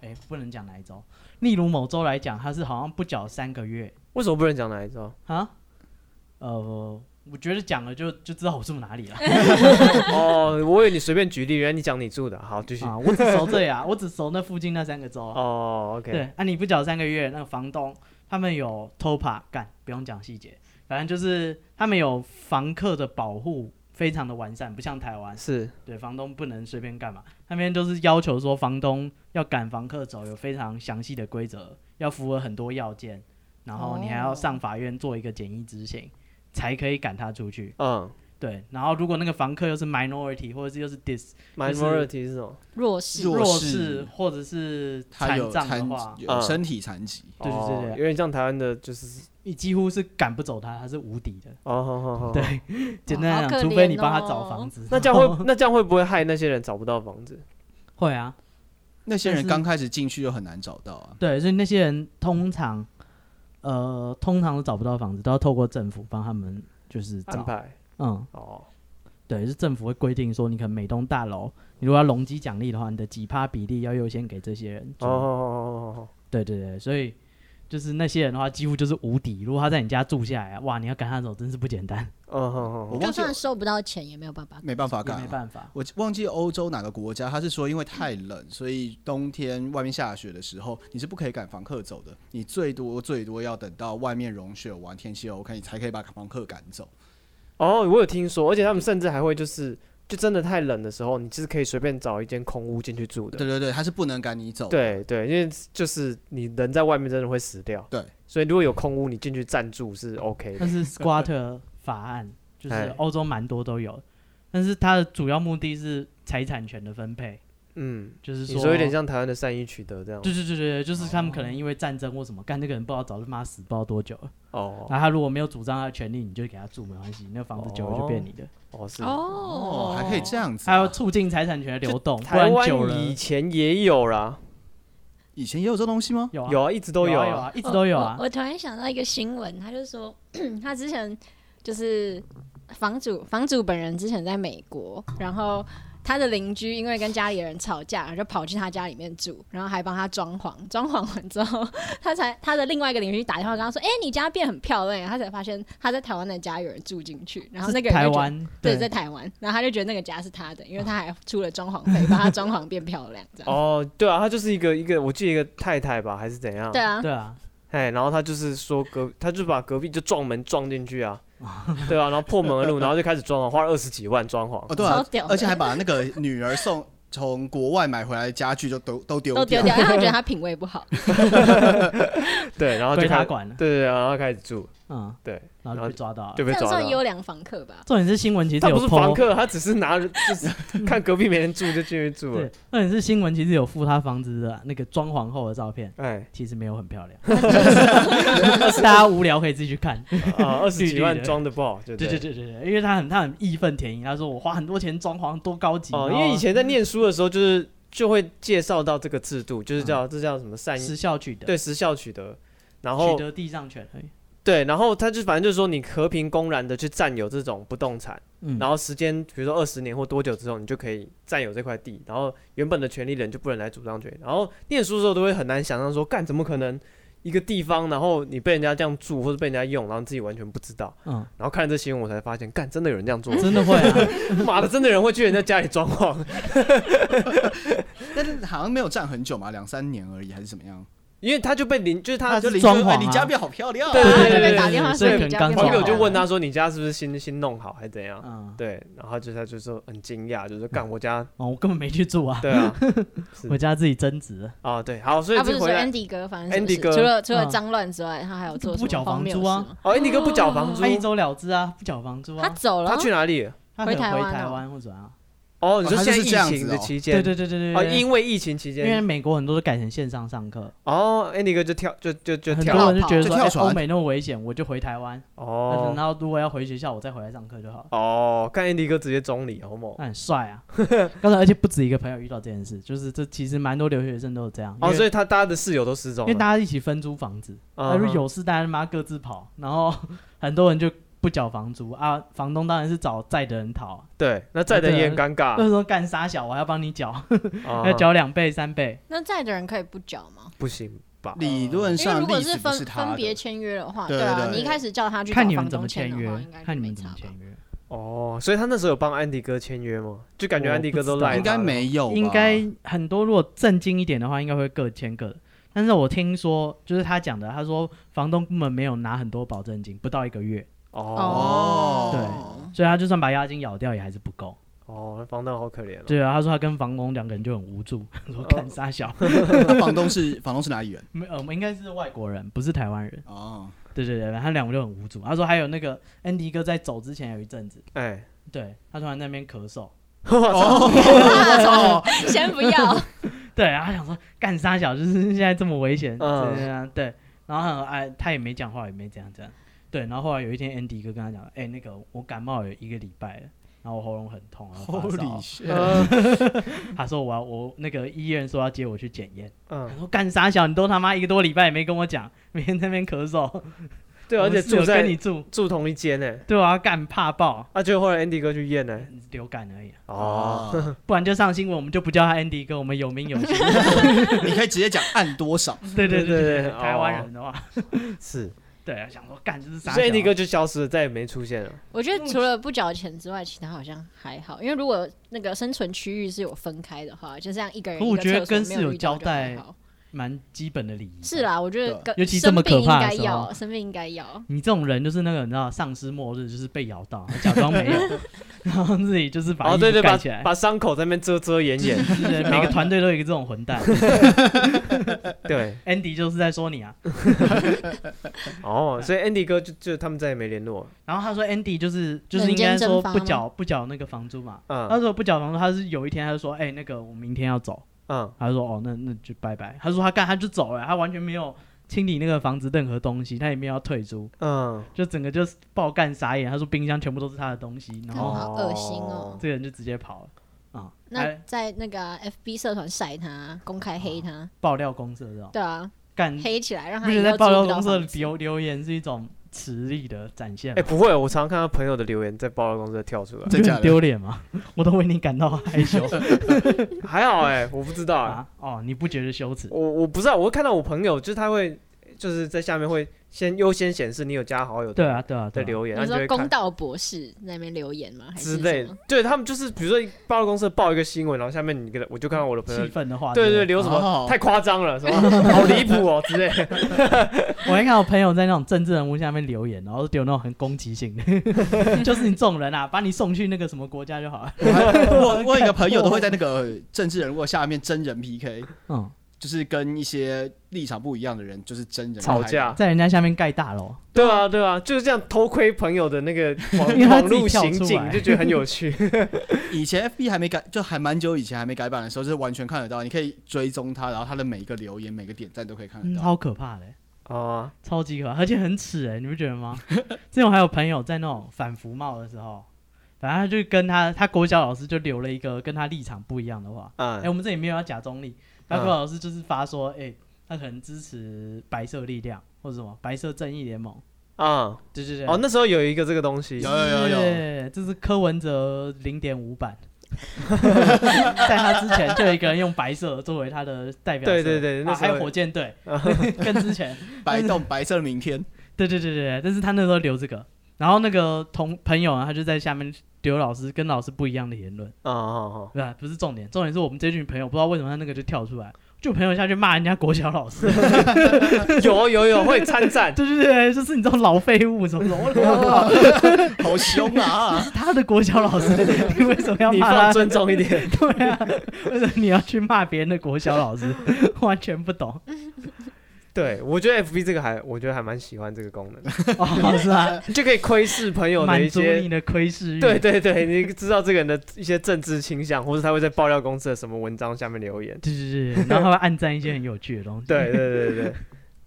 Speaker 2: 哎、不能讲哪一州，例如某州来讲，他是好像不缴三个月。
Speaker 1: 为什么不能讲哪一
Speaker 2: *laughs*
Speaker 1: 招？
Speaker 2: 啊？呃，我觉得讲了就就知道我住哪里了
Speaker 1: 哦，我以为你随便举例，原来你讲你
Speaker 2: *laughs*
Speaker 1: 住的。好，继续。
Speaker 2: 啊！我只熟这里啊， *laughs* 我只熟那附近那三个州啊。
Speaker 1: 哦，OK，
Speaker 2: 对，啊，你不缴三个月，那个房东他们有偷爬干，不用讲细节，反正就是他们有房客的保护。非常的完善，不像台湾，
Speaker 1: 是
Speaker 2: 对房东不能随便干嘛。那边都是要求说，房东要赶房客走，有非常详细的规则，要符合很多要件，然后你还要
Speaker 3: 哦
Speaker 2: 上法院做一个简易执行，才可以赶他出去。
Speaker 1: 嗯，
Speaker 2: 对，然后如果那个房客又是 minority 或者是又是 dis
Speaker 1: 买
Speaker 2: 就是
Speaker 1: minority 是什么？
Speaker 3: 弱势
Speaker 4: 弱
Speaker 2: 弱
Speaker 4: 势
Speaker 2: 势或者是
Speaker 4: 他有
Speaker 2: 残障的
Speaker 4: 残
Speaker 2: 话，
Speaker 1: 嗯
Speaker 4: 有身体残疾，
Speaker 2: 对对对对
Speaker 1: 哦有点像台湾的，就是
Speaker 2: 你几乎是赶不走他，他是无敌的。
Speaker 1: 哦，好好好，
Speaker 2: 对， *laughs* 简单来
Speaker 3: 好可
Speaker 2: 讲，除非你
Speaker 3: 怜
Speaker 2: 帮他
Speaker 3: 哦
Speaker 2: 找房
Speaker 3: *laughs*
Speaker 2: 子，
Speaker 1: 那这样
Speaker 2: *laughs*
Speaker 1: 会那这样会不会害那些人找不到房子？
Speaker 2: 会啊，
Speaker 4: 那些
Speaker 2: 但
Speaker 4: 人
Speaker 2: 是
Speaker 4: 刚开始进去就很难找到啊。
Speaker 2: 对，所以那些人通常，呃，通常都找不到房子，都要透过政府帮他们就是
Speaker 1: 安
Speaker 2: 找。
Speaker 1: 排
Speaker 2: 嗯，
Speaker 1: 哦，
Speaker 2: 对，是政府会规定说，你可能每栋大楼，你如果要容积奖励的话，你的几趴比例要优先给这些人。
Speaker 1: 哦哦哦哦哦
Speaker 2: 对对对，所以就是那些人的话，几乎就是无敌。如果他在你家住下来啊，哇，你要赶他走，真是不简单，
Speaker 1: 哦哦哦
Speaker 4: 我
Speaker 1: 哦，
Speaker 4: 忘
Speaker 3: 就
Speaker 4: 记
Speaker 3: 算收不到钱也没有办法。
Speaker 4: 没办法
Speaker 2: 也
Speaker 4: 赶
Speaker 2: 没
Speaker 4: 啊，
Speaker 2: 办法。
Speaker 4: 我忘记欧洲哪个国家，他是说因为太冷，所以冬天外面下雪的时候，你是不可以赶房客走的，你最多最多要等到外面融雪完，天气 OK，你才可以把房客赶走。
Speaker 1: 哦，我有听说，而且他们甚至还会就是，就真的太冷的时候，你其实可以随便找一间空屋进去住的
Speaker 4: 对。对对，他是不能赶你走。，
Speaker 1: 对对，因为就是你人在外面真的会死掉。
Speaker 4: 对，
Speaker 1: 所以如果有空屋，你进去暂住是 OK 的
Speaker 2: 但。是 squatter 法案就是
Speaker 1: 哎
Speaker 2: 欧洲蛮多都有，但是它的主要目的是财产权的分配，
Speaker 1: 嗯，
Speaker 2: 就是
Speaker 1: 你说有点像台湾的善意取得这样。
Speaker 2: 对对对对，就是他们可能因为战争或什么，干这个人不知道早就妈死不知道多久了。
Speaker 1: 哦
Speaker 2: 那、他如果没有主张他的权利，你就给他住没关系，那房子久了就变你的。
Speaker 1: 哦是。
Speaker 4: 哦，
Speaker 3: 哦
Speaker 4: 还可以这。样子
Speaker 2: 还
Speaker 4: 啊、
Speaker 2: 有促进财产权的流动，不
Speaker 1: 台
Speaker 2: 然
Speaker 1: 湾
Speaker 2: 久了
Speaker 1: 以前也有啦，
Speaker 4: 以前也有这东西吗？
Speaker 2: 有啊
Speaker 1: 有啊，一直都
Speaker 2: 有
Speaker 1: 有
Speaker 2: 啊有
Speaker 1: 啊。
Speaker 2: 啊，一直都有
Speaker 3: 我
Speaker 2: 啊
Speaker 3: 哦我。我突然想到一个新闻，他就说 *clears throat* 他之前就是房主，房主本人之前在美国，然后他的邻居因为跟家里人吵架，然后就跑去他家里面住，然后还帮他装潢。装潢完之后，他才 *laughs* 他的另外一个邻居打电话跟他说：“哎、你家变很漂亮。”他才发现他在台湾的家有人住进去，然后
Speaker 2: 是
Speaker 3: 那个人就
Speaker 2: 台
Speaker 3: 觉得
Speaker 2: 湾
Speaker 3: 对在台湾，然后他就觉得那个家是他的，因为他还出了装潢费，把他装潢变漂亮这样。
Speaker 1: 哦，对啊，他就是一个一个，我记得一个太太吧，还是怎样？
Speaker 3: 对啊，
Speaker 2: 对啊，
Speaker 1: 哎，然后他就是说隔，他就把隔壁就撞门撞进去啊，对啊，然后破门而入，然后就开始装潢，花了二十几万装潢。
Speaker 4: 哦，对啊
Speaker 3: 超屌，的
Speaker 4: 而且还把那个女儿送从国外买回来的家具就都都丢
Speaker 3: 都丢掉，
Speaker 4: 掉。
Speaker 3: 因为他觉得他品味不好。
Speaker 1: 对，然后啊就
Speaker 2: 归
Speaker 1: 开
Speaker 2: 他
Speaker 1: 对
Speaker 2: 管了，
Speaker 1: 对对，然后开始住，
Speaker 2: 嗯，
Speaker 1: 对，
Speaker 2: 然后
Speaker 1: 然后
Speaker 2: *laughs* 就被抓到了
Speaker 1: 就。被
Speaker 3: 这样
Speaker 1: 抓到
Speaker 3: 算
Speaker 1: 了。
Speaker 3: 优良房客吧？
Speaker 2: 重点是新闻其实
Speaker 1: 他
Speaker 2: 有
Speaker 1: 不是房
Speaker 2: po-
Speaker 1: 客，他只是拿
Speaker 2: *laughs*
Speaker 1: 着就是看隔壁没人住就进去住了
Speaker 2: 对。，重点是新闻其实有附他房子的那个装潢后的照片，
Speaker 1: 哎，
Speaker 2: 其实没有很漂
Speaker 3: *laughs*
Speaker 2: 亮， *laughs* 但是大家无聊可以自己去看。
Speaker 1: 啊，二十几
Speaker 2: *laughs* 绿绿
Speaker 1: 万
Speaker 2: 的
Speaker 1: 装的不好，对不
Speaker 2: 对对对对对，因为他很他很义愤填膺，他说我花很多钱装潢多高级
Speaker 1: 哦，
Speaker 2: 然
Speaker 1: 因
Speaker 2: 后嗯
Speaker 1: 为以前在念书的时候，就是就会介绍到这个制度，就是叫这叫什么善
Speaker 2: 时
Speaker 1: 意
Speaker 2: 效取得，
Speaker 1: 对时效取得，然
Speaker 2: 嗯取
Speaker 1: 后
Speaker 2: 得地上权哎而已。
Speaker 1: 对，然后他就反正就是说你和平公然的去占有这种不动产，
Speaker 2: 嗯，
Speaker 1: 然后时间比如说二十年或多久之后，你就可以占有这块地，然后原本的权利人就不能来主张权，然后念书的时候都会很难想象说干怎么可能。一个地方，然后你被人家这样住，或者被人家用，然后自己完全不知道，
Speaker 2: 嗯，
Speaker 1: 然后看了这新闻，我才发现，干真的有人这样做，
Speaker 2: 真的会啊，
Speaker 1: *laughs* 妈的，真的有人会去人家家里装潢， *laughs*
Speaker 4: 但是好像没有站很久嘛，两三年而已，还是怎么样？
Speaker 1: 因为他就被邻，就是他
Speaker 2: 他
Speaker 4: 就是邻居
Speaker 2: 装
Speaker 4: 说
Speaker 2: 潢
Speaker 4: 哎
Speaker 2: 啊
Speaker 4: 你家变好漂
Speaker 3: *laughs*
Speaker 4: 亮啊。
Speaker 1: 对
Speaker 3: 然后
Speaker 1: 对
Speaker 3: 他就
Speaker 1: 对
Speaker 3: 被打电话
Speaker 2: 所
Speaker 3: 说
Speaker 2: 以可
Speaker 3: 你
Speaker 2: 能
Speaker 3: 家
Speaker 2: 刚
Speaker 3: 变
Speaker 2: 装
Speaker 1: 朋友
Speaker 2: 潢
Speaker 1: 就
Speaker 2: 啊
Speaker 1: 问他说：“你家是不是新新弄好还是怎 *laughs* 样
Speaker 2: 嗯，？”
Speaker 1: 对，然后就他就说很惊讶，就说干我家，
Speaker 2: 哦，我根本没去住啊，
Speaker 1: 对啊，
Speaker 2: 我家自己增值了，
Speaker 1: 啊对，好，所以
Speaker 3: 他不
Speaker 1: 这
Speaker 3: 是
Speaker 1: 回
Speaker 3: 说
Speaker 1: 来
Speaker 3: Andy 哥，反正
Speaker 1: Andy 哥
Speaker 3: 除了除了
Speaker 2: 嗯
Speaker 3: 脏乱之外，他还有做
Speaker 2: 不
Speaker 3: 什
Speaker 2: 缴
Speaker 3: 么
Speaker 2: 房
Speaker 3: 荒谬
Speaker 2: 租
Speaker 3: 的
Speaker 2: 啊
Speaker 3: 事吗
Speaker 1: 哦，Andy 哥不缴房租
Speaker 2: 他，一周了之啊，不缴房租
Speaker 3: 他
Speaker 2: 啊，
Speaker 3: 走了
Speaker 1: 他
Speaker 3: 吗，
Speaker 1: 去哪里了？
Speaker 2: 他可能
Speaker 3: 回台
Speaker 2: 回
Speaker 3: 湾
Speaker 2: 台
Speaker 3: 哦
Speaker 2: 湾或者啊，
Speaker 1: 哦，你
Speaker 4: 哦
Speaker 1: 说
Speaker 4: 他
Speaker 1: 现在
Speaker 4: 就是这样
Speaker 1: 疫情
Speaker 4: 子
Speaker 1: 的
Speaker 4: 哦
Speaker 1: 期间，
Speaker 2: 对对对对
Speaker 1: 哦，
Speaker 2: 对，
Speaker 1: 因为疫情期
Speaker 2: 因为
Speaker 1: 间，
Speaker 2: 美国很多都改成线上上课，
Speaker 1: 哦，Andy 哥就跳就就就
Speaker 2: 很
Speaker 1: 跳
Speaker 2: 多
Speaker 1: 了，
Speaker 2: 人就觉得
Speaker 4: 就
Speaker 2: 说
Speaker 4: 跳
Speaker 2: 哎
Speaker 4: 船
Speaker 2: 欧美那么危险，我就回台湾，
Speaker 1: 哦
Speaker 2: 然后如果要回学校，我再回来上课就好了。
Speaker 1: 哦，看 Andy 哥直接中礼，好猛！
Speaker 2: 那很帅啊！刚才而且不止一个朋友遇到这件事，就是这其实蛮多留学生都有这样，因
Speaker 1: 哦，
Speaker 2: 为
Speaker 1: 所以他大家的室友都失踪
Speaker 2: 因为
Speaker 1: 了，
Speaker 2: 大家一起分租房子，
Speaker 1: 嗯
Speaker 2: 他说有事大家妈各自跑，然后 *laughs* 很多人就不缴房租啊，房东当然是找在的人讨啊，
Speaker 1: 对，那在的人也很尴尬
Speaker 2: 那，时候干傻小，我还要帮你缴，
Speaker 1: 啊
Speaker 2: 呃要缴两倍三倍，
Speaker 3: 那在的人可以不缴吗？
Speaker 1: 不行吧？
Speaker 4: 理论
Speaker 3: 哦
Speaker 1: 啊
Speaker 3: 因为
Speaker 4: 上
Speaker 3: 如果
Speaker 4: 例子不
Speaker 3: 分
Speaker 4: 是他
Speaker 3: 分别
Speaker 4: 的，
Speaker 3: 签约的话，
Speaker 4: 对对
Speaker 3: 啊，
Speaker 4: 对
Speaker 3: 你一开始叫他去
Speaker 2: 看
Speaker 3: 找
Speaker 2: 你们
Speaker 3: 房
Speaker 2: 怎么
Speaker 3: 东
Speaker 2: 签
Speaker 3: 的话
Speaker 2: 约
Speaker 3: 应该，就
Speaker 2: 看你
Speaker 3: 没
Speaker 2: 们怎么
Speaker 3: 差吧
Speaker 2: 签约，
Speaker 1: 哦，所以他那时候有帮安迪哥签约吗？就感觉
Speaker 2: 我
Speaker 1: 安迪
Speaker 2: 不
Speaker 1: 哥都
Speaker 2: 知道
Speaker 1: 赖他了，
Speaker 4: 应该没有吧，
Speaker 2: 哦应该很多如果正经一点的话，应该会各签各的。但是我听说，就是他讲的，他说房东根本没有拿很多保证金，不到一个月，
Speaker 1: 哦
Speaker 4: 哦
Speaker 2: 对所以他就算把押金咬掉也还是不够。
Speaker 1: 哦，那房东好可
Speaker 3: 嗯
Speaker 1: 怜哦。
Speaker 2: 对啊，他说他跟房东两个人就很无助，
Speaker 1: *laughs*
Speaker 2: 说看傻小，
Speaker 4: *laughs* 那房东是房东是哪里人？
Speaker 2: 没呃，我们应该是外国人，不是台湾人。
Speaker 4: 哦，
Speaker 2: 对对对，他两个就很无助。他说还有那个安迪哥在走之前有一阵子，
Speaker 1: 哎，
Speaker 2: 对他突然在那边咳嗽，
Speaker 1: *laughs*
Speaker 4: 哦，
Speaker 3: 先不要，
Speaker 2: 对，然后他想说干啥小，就是现在这么危险，
Speaker 1: 嗯
Speaker 2: 对啊，对。然后他哎，他也没讲话，也没怎样怎样。对，然后后来有一天安迪哥跟他讲，哎、那个我感冒有一个礼拜了，然后我喉咙很痛，然后发烧
Speaker 4: Holy。shit！
Speaker 1: 呃
Speaker 2: 他说我要我那个医院说要接我去检验，他
Speaker 1: 嗯，
Speaker 2: 说干啥小，你都他妈一个多礼拜也没跟我讲，每天在那边咳嗽，
Speaker 1: 对，而且
Speaker 2: 我室友
Speaker 1: 住在
Speaker 2: 跟你住，
Speaker 1: 住同一间呢，
Speaker 2: 对啊，干怕爆，
Speaker 1: 啊，结果后来 Andy 哥去验呢，
Speaker 2: 流感而已啊、
Speaker 1: 哦，，
Speaker 2: 不然就上新闻，我们就不叫他 Andy 哥，我们有名有
Speaker 1: *laughs*
Speaker 2: 姓。
Speaker 4: 你可以直接讲按多少，
Speaker 2: 对对
Speaker 1: 对对哦
Speaker 2: 对
Speaker 1: 对
Speaker 2: 台湾人的话，
Speaker 1: 是，
Speaker 2: 对，想说干就是傻
Speaker 1: 所
Speaker 2: 小。
Speaker 1: 以 Andy 哥就消失了，再也没出现了。
Speaker 3: 我觉得除了不缴钱之外，其他好像还好，因为如果那个生存区域是有分开的话，就这样一个人
Speaker 2: 可
Speaker 3: 一
Speaker 2: 我
Speaker 3: 个
Speaker 2: 觉得
Speaker 3: 厕所
Speaker 2: 跟
Speaker 3: 没
Speaker 2: 室友
Speaker 3: 遇到
Speaker 2: 交
Speaker 3: 就还
Speaker 2: 代
Speaker 3: 好
Speaker 2: 蛮基本的礼仪。啊
Speaker 3: 是，啦，我觉得
Speaker 4: 对
Speaker 3: 跟
Speaker 2: 尤其这么可怕的
Speaker 3: 生病应该
Speaker 2: 时候
Speaker 3: 要，生病应该要。
Speaker 2: 你这种人就是那个你知道丧尸末日，就是被咬到，假装没
Speaker 1: *laughs*
Speaker 2: 有，然后自己就是把
Speaker 1: 哦，
Speaker 2: 衣服
Speaker 1: 对对，
Speaker 2: 盖
Speaker 1: 把
Speaker 2: 起来。
Speaker 1: 把伤口在那边遮遮掩掩。
Speaker 2: *laughs* 是是每个团队都有一个这种混蛋 *laughs*
Speaker 1: 对，
Speaker 2: ，Andy 就是在说你啊。
Speaker 1: 哦，所以 Andy 哥就就他们再也没联络了。
Speaker 2: 然后他说 Andy 就是就是
Speaker 3: 人
Speaker 2: 应该
Speaker 3: 间蒸
Speaker 2: 说
Speaker 3: 发
Speaker 2: 不
Speaker 3: 吗
Speaker 2: 缴不缴那个房租嘛。他
Speaker 3: 哦
Speaker 1: 嗯
Speaker 2: 说不缴房租，他是有一天他就说，哎，那个我明天要走，
Speaker 1: 嗯，
Speaker 2: 他说哦，那那就拜拜。他说他干他就走了，他完全没有清理那个房子任何东西，他也没有要退租，
Speaker 1: 嗯，
Speaker 2: 就整个就是爆干傻眼。他说冰箱全部都是他的东西，然后
Speaker 3: 哦好恶心哦。
Speaker 2: 这个人就直接跑了啊、
Speaker 3: 那
Speaker 2: 还
Speaker 3: 在那个啊 FB 社团晒他，公开黑他，
Speaker 2: 爆料公社这种
Speaker 3: 对啊，
Speaker 2: 干，
Speaker 3: 黑起来让他
Speaker 2: 哦嗯不觉
Speaker 3: 以
Speaker 2: 得
Speaker 3: 后
Speaker 2: 在爆
Speaker 3: 租
Speaker 2: 料
Speaker 3: 不到
Speaker 2: 公社
Speaker 3: 房子
Speaker 2: 留留言是一种实力的展现
Speaker 1: 哎，
Speaker 2: 吗，
Speaker 1: 不会，我常常看到朋友的留言在爆料公司跳出来，
Speaker 4: 真
Speaker 2: 有
Speaker 4: 假
Speaker 2: 点 *laughs*
Speaker 4: 的？
Speaker 2: 丢脸吗？我都为你感到害羞
Speaker 1: 还好哎，我不知道哎，
Speaker 2: 啊！哦，你不觉得羞耻？
Speaker 1: 我我不知道，我会看到我朋友，就是他会就是在下面会先优先显示你有加好友
Speaker 2: 对
Speaker 1: 的
Speaker 2: 啊，对啊，
Speaker 1: 的
Speaker 2: 对啊，
Speaker 1: 留言，然
Speaker 3: 你
Speaker 1: 后你
Speaker 3: 说
Speaker 1: 就会
Speaker 3: 公
Speaker 1: 看。
Speaker 3: 道博士在那边留言吗？还是
Speaker 1: 之类
Speaker 3: 什
Speaker 1: 的
Speaker 3: 么，
Speaker 1: 对他们就是，比如说爆料公司报一个新闻，然后下面你给他我就看到我的朋友
Speaker 2: 气，愤的话，
Speaker 1: 呃对
Speaker 2: 对
Speaker 1: 对，，留什么
Speaker 4: 哦
Speaker 1: 太夸张了，
Speaker 2: *laughs*
Speaker 1: 什么好离谱哦之类的，
Speaker 2: 我还看我朋友在那种政治人物下面留言，然后丢那种很攻击性的， *laughs* 就是你这种人啊，把你送去那个什么国家就好了。
Speaker 4: 我还我我有一个朋友都会在那个呃政治人物下面真人 PK，
Speaker 2: 嗯，
Speaker 4: 就是跟一些立场不一样的人就是真人
Speaker 1: 吵
Speaker 4: 开
Speaker 1: 架，
Speaker 2: 在人家下面盖大楼，
Speaker 1: 对啊，对啊，就是这样偷窥朋友的那
Speaker 2: *laughs*
Speaker 1: 个
Speaker 2: 因为
Speaker 1: 网
Speaker 2: 他
Speaker 1: 网
Speaker 2: 自己
Speaker 1: 络
Speaker 2: 跳
Speaker 1: 行
Speaker 2: 出
Speaker 1: 径，
Speaker 2: 来
Speaker 1: 就觉得很有
Speaker 2: *laughs*
Speaker 1: 趣。
Speaker 4: 以前 FB 还没改，就还蛮久以前还没改版的时候，就是完全看得到，你可以追踪他，然后他的每一个留言、每个点赞都可以看
Speaker 2: 嗯，
Speaker 4: 得到。
Speaker 2: 超可怕的、
Speaker 1: 哦，
Speaker 2: 超级可怕，而且很耻哎、你不觉得吗？ *laughs* 之前我还有朋友在那种反服贸的时候，反正他就跟他他国小老师就留了一个跟他立场不一样的话。哎、
Speaker 1: 嗯，
Speaker 2: 我们这里没有要假中立，他国小老师就是发说，哎、他可能支持白色力量或者什么白色正义联盟，
Speaker 1: 啊，
Speaker 2: 对对对。
Speaker 1: 哦，那时候有一个这个东西
Speaker 4: 有，有有有，
Speaker 2: 对，这是柯文哲零点
Speaker 1: *laughs*
Speaker 2: 五版。在他之前，就有一个人用白色作为他的代表色。
Speaker 1: 对对对那
Speaker 2: 啊
Speaker 1: 时候
Speaker 2: 还有
Speaker 1: 有
Speaker 2: 火
Speaker 1: *laughs*
Speaker 2: 箭队，跟之前，
Speaker 4: 白洞白色的明天，
Speaker 2: 对对对对，对但是他那时候留这个，然后那个同朋友啊，他就在下面留老师跟老师不一样的言论，
Speaker 1: 啊啊
Speaker 2: 对吧？不是重点，重点是我们这群朋友不知道为什么他那个就跳出来，就有朋友下去骂人家国小老师， *laughs*
Speaker 1: 啊，有有有会参战，
Speaker 2: 对对对，就是你这种老废物什么什么，我靠，
Speaker 4: *laughs* 好凶
Speaker 2: *laughs*
Speaker 4: 啊！
Speaker 2: 是他的国小老师，你为什么 *laughs* 要
Speaker 1: 你
Speaker 2: 骂
Speaker 1: 放
Speaker 2: 他？
Speaker 1: 尊重一
Speaker 2: *laughs*
Speaker 1: 点，
Speaker 2: 对啊，为什么你要去骂别人的国小老师？完全不懂
Speaker 1: 对我觉得 FB 这个还，我觉得还蛮喜欢这个功能，
Speaker 2: *laughs* 哦，是啊，
Speaker 1: 你就可以窥视朋友的
Speaker 2: 满
Speaker 1: 一
Speaker 2: 足
Speaker 1: 些
Speaker 2: 你。的窥视欲，
Speaker 1: 对对对，你知道这个人的一些政治倾向，或是他会在爆料公司的什么文章下面留言。
Speaker 2: 对对对，然后他会暗赞一些很有趣的东西，
Speaker 1: 对，对对
Speaker 2: *laughs*
Speaker 1: 对，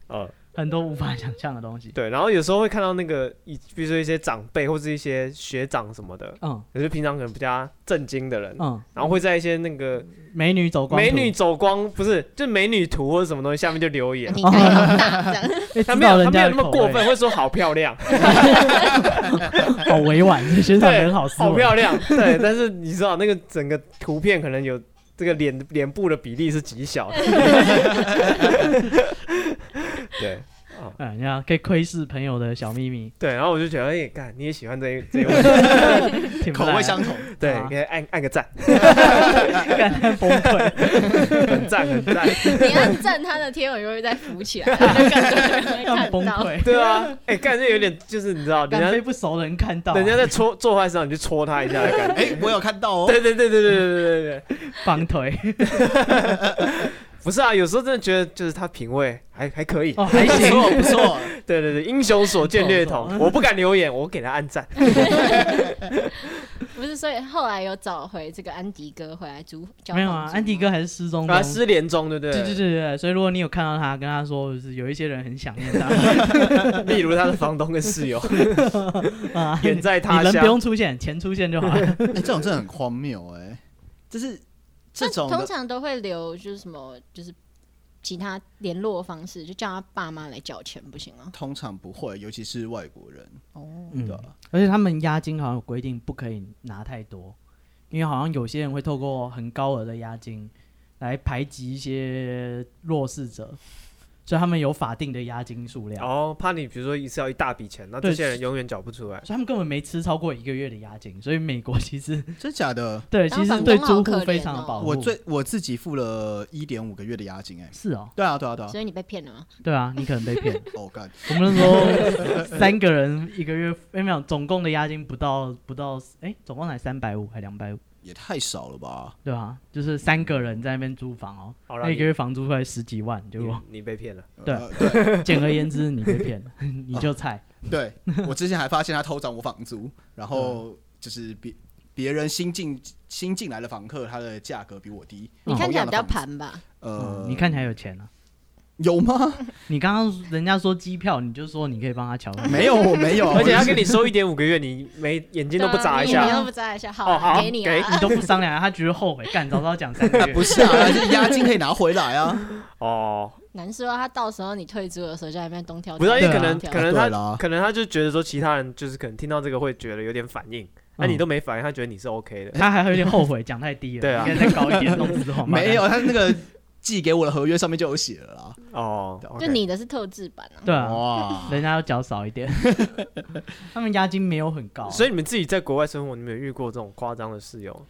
Speaker 1: 哦，
Speaker 2: 很多无法想象的东西，
Speaker 1: 对，然后有时候会看到那个，以比如说一些长辈或是一些学长什么的，
Speaker 2: 嗯
Speaker 1: 有些平常可能比较震惊的人，
Speaker 2: 嗯。
Speaker 1: 然后会在一些那个
Speaker 2: 美女走光
Speaker 1: 美
Speaker 2: 图
Speaker 1: 女走光，不是就美女图或者什么东西下面就留
Speaker 2: *laughs*
Speaker 1: 言，
Speaker 3: 你太老大这样，
Speaker 2: 欸
Speaker 1: 他
Speaker 2: 知
Speaker 1: 没
Speaker 2: 道
Speaker 1: 有他
Speaker 2: 人
Speaker 1: 没
Speaker 2: 家
Speaker 1: 有
Speaker 2: 的
Speaker 1: 那么
Speaker 2: 口
Speaker 1: 过
Speaker 2: 味
Speaker 1: 分，，会说好漂
Speaker 2: *laughs*
Speaker 1: 亮，
Speaker 2: 好委婉，这学长
Speaker 1: 对，
Speaker 2: 很好思
Speaker 1: 好
Speaker 2: 维。
Speaker 1: 漂亮，对，但是你知道那个整个图片可能有这个脸脸部的比例是极小的，对。哦，
Speaker 2: 嗯，你看可以窥视朋友的小秘密，
Speaker 1: *laughs* 对，然后我就觉得，哎、干，你也喜欢这一这
Speaker 2: *laughs*
Speaker 1: 一位，
Speaker 2: 挺不
Speaker 4: 口
Speaker 2: 赖
Speaker 4: 味
Speaker 2: 啊 *laughs*
Speaker 4: 相同，
Speaker 1: 对
Speaker 2: 啊，
Speaker 1: 给他按按个赞，
Speaker 2: 干崩溃。
Speaker 1: 很赞，很
Speaker 2: *laughs*
Speaker 1: 赞，
Speaker 3: 你按赞他的贴文就会再浮起来，就更多人会
Speaker 2: 让
Speaker 3: 看
Speaker 2: 崩
Speaker 3: 到。
Speaker 2: 溃，
Speaker 1: 对啊，哎、干这有点就是你知道，人
Speaker 2: 敢
Speaker 1: 家
Speaker 2: 被不熟的人看到啊，
Speaker 1: 人家在戳做坏事上，你去戳他一下的感觉。 *laughs*
Speaker 4: 哎，我有看到哦，
Speaker 1: 对对对对对对对对对，
Speaker 2: 绑腿，
Speaker 1: 不是啊，有时候真的觉得就是他品味还还可以。
Speaker 2: 哦，还
Speaker 4: 不
Speaker 2: 行，
Speaker 4: 错
Speaker 2: *laughs*
Speaker 4: 不错，
Speaker 1: 对对对，英雄所见略
Speaker 2: 不
Speaker 1: 同
Speaker 2: 错。
Speaker 1: 我不敢留言，我给他按赞。
Speaker 2: 哦
Speaker 3: 不是，所以后来有找回这个安迪哥回来主教
Speaker 2: 没有啊，安迪哥还是失踪
Speaker 1: 啊，
Speaker 2: 中。
Speaker 1: 失联中，对不对？
Speaker 2: 对对对对，所以如果你有看到他，跟他说，就是有一些人很想念他，
Speaker 1: 例如他的房东跟室
Speaker 2: *laughs*
Speaker 1: 友
Speaker 2: 啊
Speaker 1: *laughs* 远在他
Speaker 2: 你人不
Speaker 1: 乡，
Speaker 2: 用出现，钱出现就好
Speaker 4: *laughs*
Speaker 2: 了。
Speaker 4: 哎，这种真的很荒谬哎，就是这种
Speaker 3: 通
Speaker 4: 的，
Speaker 3: 常都会留就是什么就是其他联络方式，就叫他爸妈来缴钱，不行吗？
Speaker 4: 通常不会，尤其是外国人，
Speaker 3: 哦，
Speaker 2: 嗯
Speaker 4: 对，啊
Speaker 2: 而且他们押金好像有规定，不可以拿太多，因为好像有些人会透过很高额的押金来排挤一些弱势者，所以他们有法定的押金数量，
Speaker 1: 哦，怕你比如说一次要一大笔钱，那这
Speaker 2: 对
Speaker 1: 些人永远缴不出来。
Speaker 2: 所以他们根本没吃超过一个月的押金。所以美国其实
Speaker 4: 真假的？
Speaker 2: 对，
Speaker 3: 当
Speaker 2: 其实
Speaker 3: 房
Speaker 2: 对
Speaker 3: 东好
Speaker 2: 租
Speaker 3: 可
Speaker 2: 户非
Speaker 3: 怜
Speaker 2: 常的
Speaker 3: 哦
Speaker 2: 保护。
Speaker 4: 我最我自己付了一点五个月的押金哎，
Speaker 2: 是哦，
Speaker 4: 对啊对啊对啊，
Speaker 3: 所以你被骗了吗？
Speaker 2: 对啊，你可能被骗。
Speaker 4: 哦干，
Speaker 2: 我们那时候三个人一个月，哎没有，总共的押金不到不到，哎，总共才三百五还两百五，
Speaker 4: 也太少了吧？
Speaker 2: 对吧？就是三个人在那边租房哦，
Speaker 1: 好了，
Speaker 2: 那一
Speaker 1: 你
Speaker 2: 个月房租快十几万，结果
Speaker 1: 你你被骗了。
Speaker 2: 对
Speaker 4: 呃
Speaker 2: *laughs*
Speaker 4: 对 *laughs*
Speaker 2: 简而言之，你被骗了， *laughs* 你就菜。
Speaker 4: 对，我之前还发现他偷涨我房租，然
Speaker 2: 嗯
Speaker 4: 后就是别别人新进新进来的房客，他的价格比我低。
Speaker 2: 嗯
Speaker 3: 你看起来比较
Speaker 4: 同样的房
Speaker 2: 哦
Speaker 3: 盘
Speaker 4: 子，
Speaker 3: 吧？
Speaker 4: *laughs* 呃，
Speaker 2: 你看起来有钱啊！
Speaker 1: *laughs*
Speaker 4: 有吗？
Speaker 2: 你刚刚人家说机票，你就说你可以帮他
Speaker 4: *laughs*
Speaker 2: 瞧。
Speaker 4: 没有，我没有，
Speaker 2: 哦
Speaker 1: 而且他
Speaker 4: 我
Speaker 1: 给你收一点五个月，你没眼睛都不眨一
Speaker 3: 对啊
Speaker 1: 下
Speaker 3: 你，都不眨一下，好
Speaker 1: 哦好
Speaker 3: 啊，给你
Speaker 1: 给
Speaker 2: 你
Speaker 3: 啊。
Speaker 2: 都不商量，他觉得后悔，干早知道讲三个月
Speaker 4: *laughs*
Speaker 1: *laughs*
Speaker 4: 不。是啊，还是押金可以拿回来啊。
Speaker 1: 哦，
Speaker 3: 难说啊他到时候你退租的时候就在那边东挑
Speaker 1: 不知道，因为
Speaker 2: 对
Speaker 1: 可
Speaker 2: 啊
Speaker 1: 能
Speaker 3: 对啊
Speaker 1: 可能他
Speaker 4: 对啦
Speaker 1: 可能他就觉得说其他人就是可能听到这个会觉得有点反应，那你
Speaker 2: 嗯
Speaker 1: 都没反应，他觉得你是 OK 的。
Speaker 2: 他还有点后悔，讲太低了，
Speaker 4: *laughs*
Speaker 1: 对啊
Speaker 2: 应该再高一点，弄死我。
Speaker 4: 没有，，他那个寄给我的合约上面就有写了啦。
Speaker 1: 哦，
Speaker 3: 就
Speaker 1: OK
Speaker 3: 你的是特制版啊。
Speaker 2: 对啊，
Speaker 4: 哇，
Speaker 2: 人家要缴少一点，
Speaker 4: *laughs*
Speaker 2: 他们押金没有很
Speaker 4: 哦
Speaker 2: 高，啊
Speaker 1: 所以你们自己在国外生活，你们有遇过这种夸张的室友？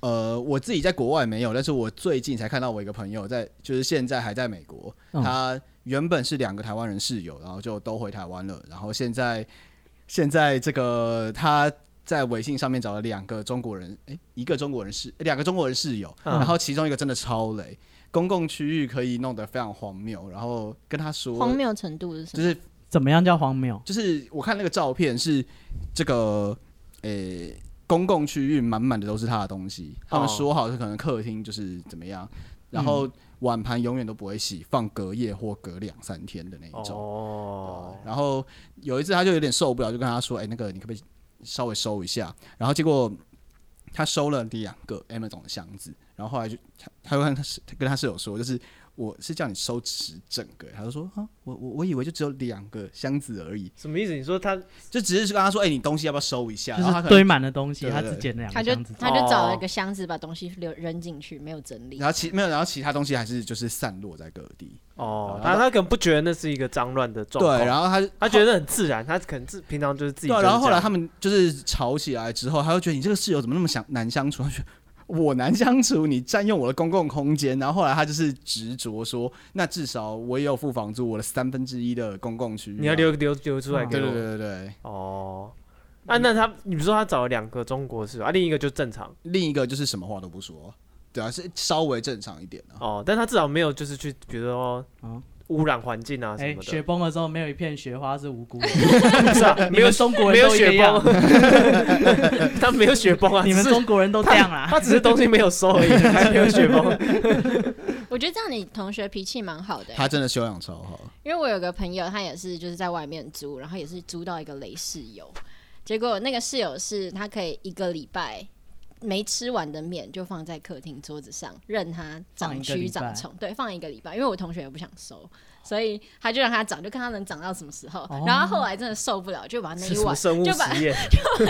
Speaker 4: 呃，我自己在国外没有，但是我最近才看到我一个朋友在，就是现在还在美国，
Speaker 2: 嗯
Speaker 4: 他原本是两个台湾人室友，然后就都回台湾了，然后现在现在这个他。在微信上面找了两个中国人，诶、一个中国人室，两个中国人室友，
Speaker 1: 嗯
Speaker 4: 然后其中一个真的超雷，公共区域可以弄得非常荒谬，然后跟他说，
Speaker 3: 荒谬程度是什
Speaker 4: 就
Speaker 3: 么？
Speaker 4: 是
Speaker 2: 怎么样叫荒谬？
Speaker 4: 就是我看那个照片是这个，诶、公共区域满满的都是他的东西。他们说好是可能客厅就是怎么样，然后碗盘永远都不会洗，放隔夜或隔两三天的那一种。
Speaker 1: 哦，
Speaker 4: 然后有一次他就有点受不了，就跟他说：“哎、那个你可不可以稍微收一下？”然后结果他收了两个 M 总的箱子，然后后来就他他就跟他室跟他室友说，就是我是叫你收拾整个，他就说：“啊，我我我以为就只有两个箱子而已。”
Speaker 1: 什么意思？你说他
Speaker 4: 就只是跟他说，哎、你东西要不要收一下？
Speaker 2: 就
Speaker 4: 然后他
Speaker 2: 是
Speaker 4: 可
Speaker 2: 堆
Speaker 4: 能，
Speaker 2: 满了东西，
Speaker 4: 对
Speaker 2: 他
Speaker 4: 对啊
Speaker 2: 只捡了两
Speaker 3: 他
Speaker 2: 个
Speaker 3: 就
Speaker 2: 箱子。哦
Speaker 3: 他就找了一个箱子，把东西留扔进去，没有整理
Speaker 4: 然。后其没有，然后其他东西还是就是散落在各地。
Speaker 1: 哦，
Speaker 4: 然
Speaker 1: 他
Speaker 4: 后
Speaker 1: 他可能不觉得那是一个脏乱的状
Speaker 4: 对，
Speaker 1: 况，
Speaker 4: 然后他
Speaker 1: 他觉得很自然，他可能自平常就是自己就
Speaker 4: 对啊，
Speaker 1: 是这样。
Speaker 4: 然后后来他们就是吵起来之后，他就觉得你这个室友怎么那么想难相处？他觉得我难相处，你占用我的公共空间。然后后来他就是执着说，那至少我也有付房租，我的三分之一的公共区域啊、
Speaker 1: 你要留留留出来
Speaker 2: 嗯
Speaker 1: 给
Speaker 4: 对对
Speaker 1: 我。
Speaker 4: 对对对。
Speaker 1: 哦，啊，那他你说他找了两个中国室友，啊，另一个就正常
Speaker 4: 另一个就是什么话都不说，对啊，是稍微正常一点啊。
Speaker 1: 哦，但他至少没有就是去比如说
Speaker 2: 嗯
Speaker 1: 污染环境啊什
Speaker 2: 哎，
Speaker 1: 么
Speaker 2: 雪
Speaker 1: 的，
Speaker 2: 崩的时候没有一片雪花是无辜
Speaker 4: *laughs*
Speaker 2: 的，
Speaker 1: 是啊，
Speaker 2: 你
Speaker 1: 没有
Speaker 2: 们中国
Speaker 1: 没
Speaker 2: 人
Speaker 1: 有
Speaker 2: 都一个
Speaker 1: 雪
Speaker 2: 样
Speaker 1: 崩，， *laughs* 他没有雪崩
Speaker 4: *laughs*
Speaker 1: 啊，
Speaker 2: 你们
Speaker 1: 只是
Speaker 2: 中国人都这样啦。
Speaker 1: 他只是东西没有收而已，还没有雪崩。
Speaker 3: 我觉得这样你同学脾气蛮好的欸、
Speaker 4: 他真的修养超好，
Speaker 3: 因为我有个朋友，他也是就是在外面租，然后也是租到一个雷室友，结果那个室友是他可以一个礼拜没吃完的面就放在客厅桌子上，任它长
Speaker 2: 放一个
Speaker 3: 蛆
Speaker 2: 礼拜
Speaker 3: 长虫，对，放一个礼拜，因为我同学也不想收，所以他就让它长，就看它能长到什么时候。
Speaker 2: 哦
Speaker 3: 然后他后来真的受不了，就把那
Speaker 1: 是
Speaker 3: 一
Speaker 1: 什么
Speaker 3: 碗
Speaker 1: 生物
Speaker 3: 就把
Speaker 1: 实
Speaker 3: *laughs*
Speaker 1: 验？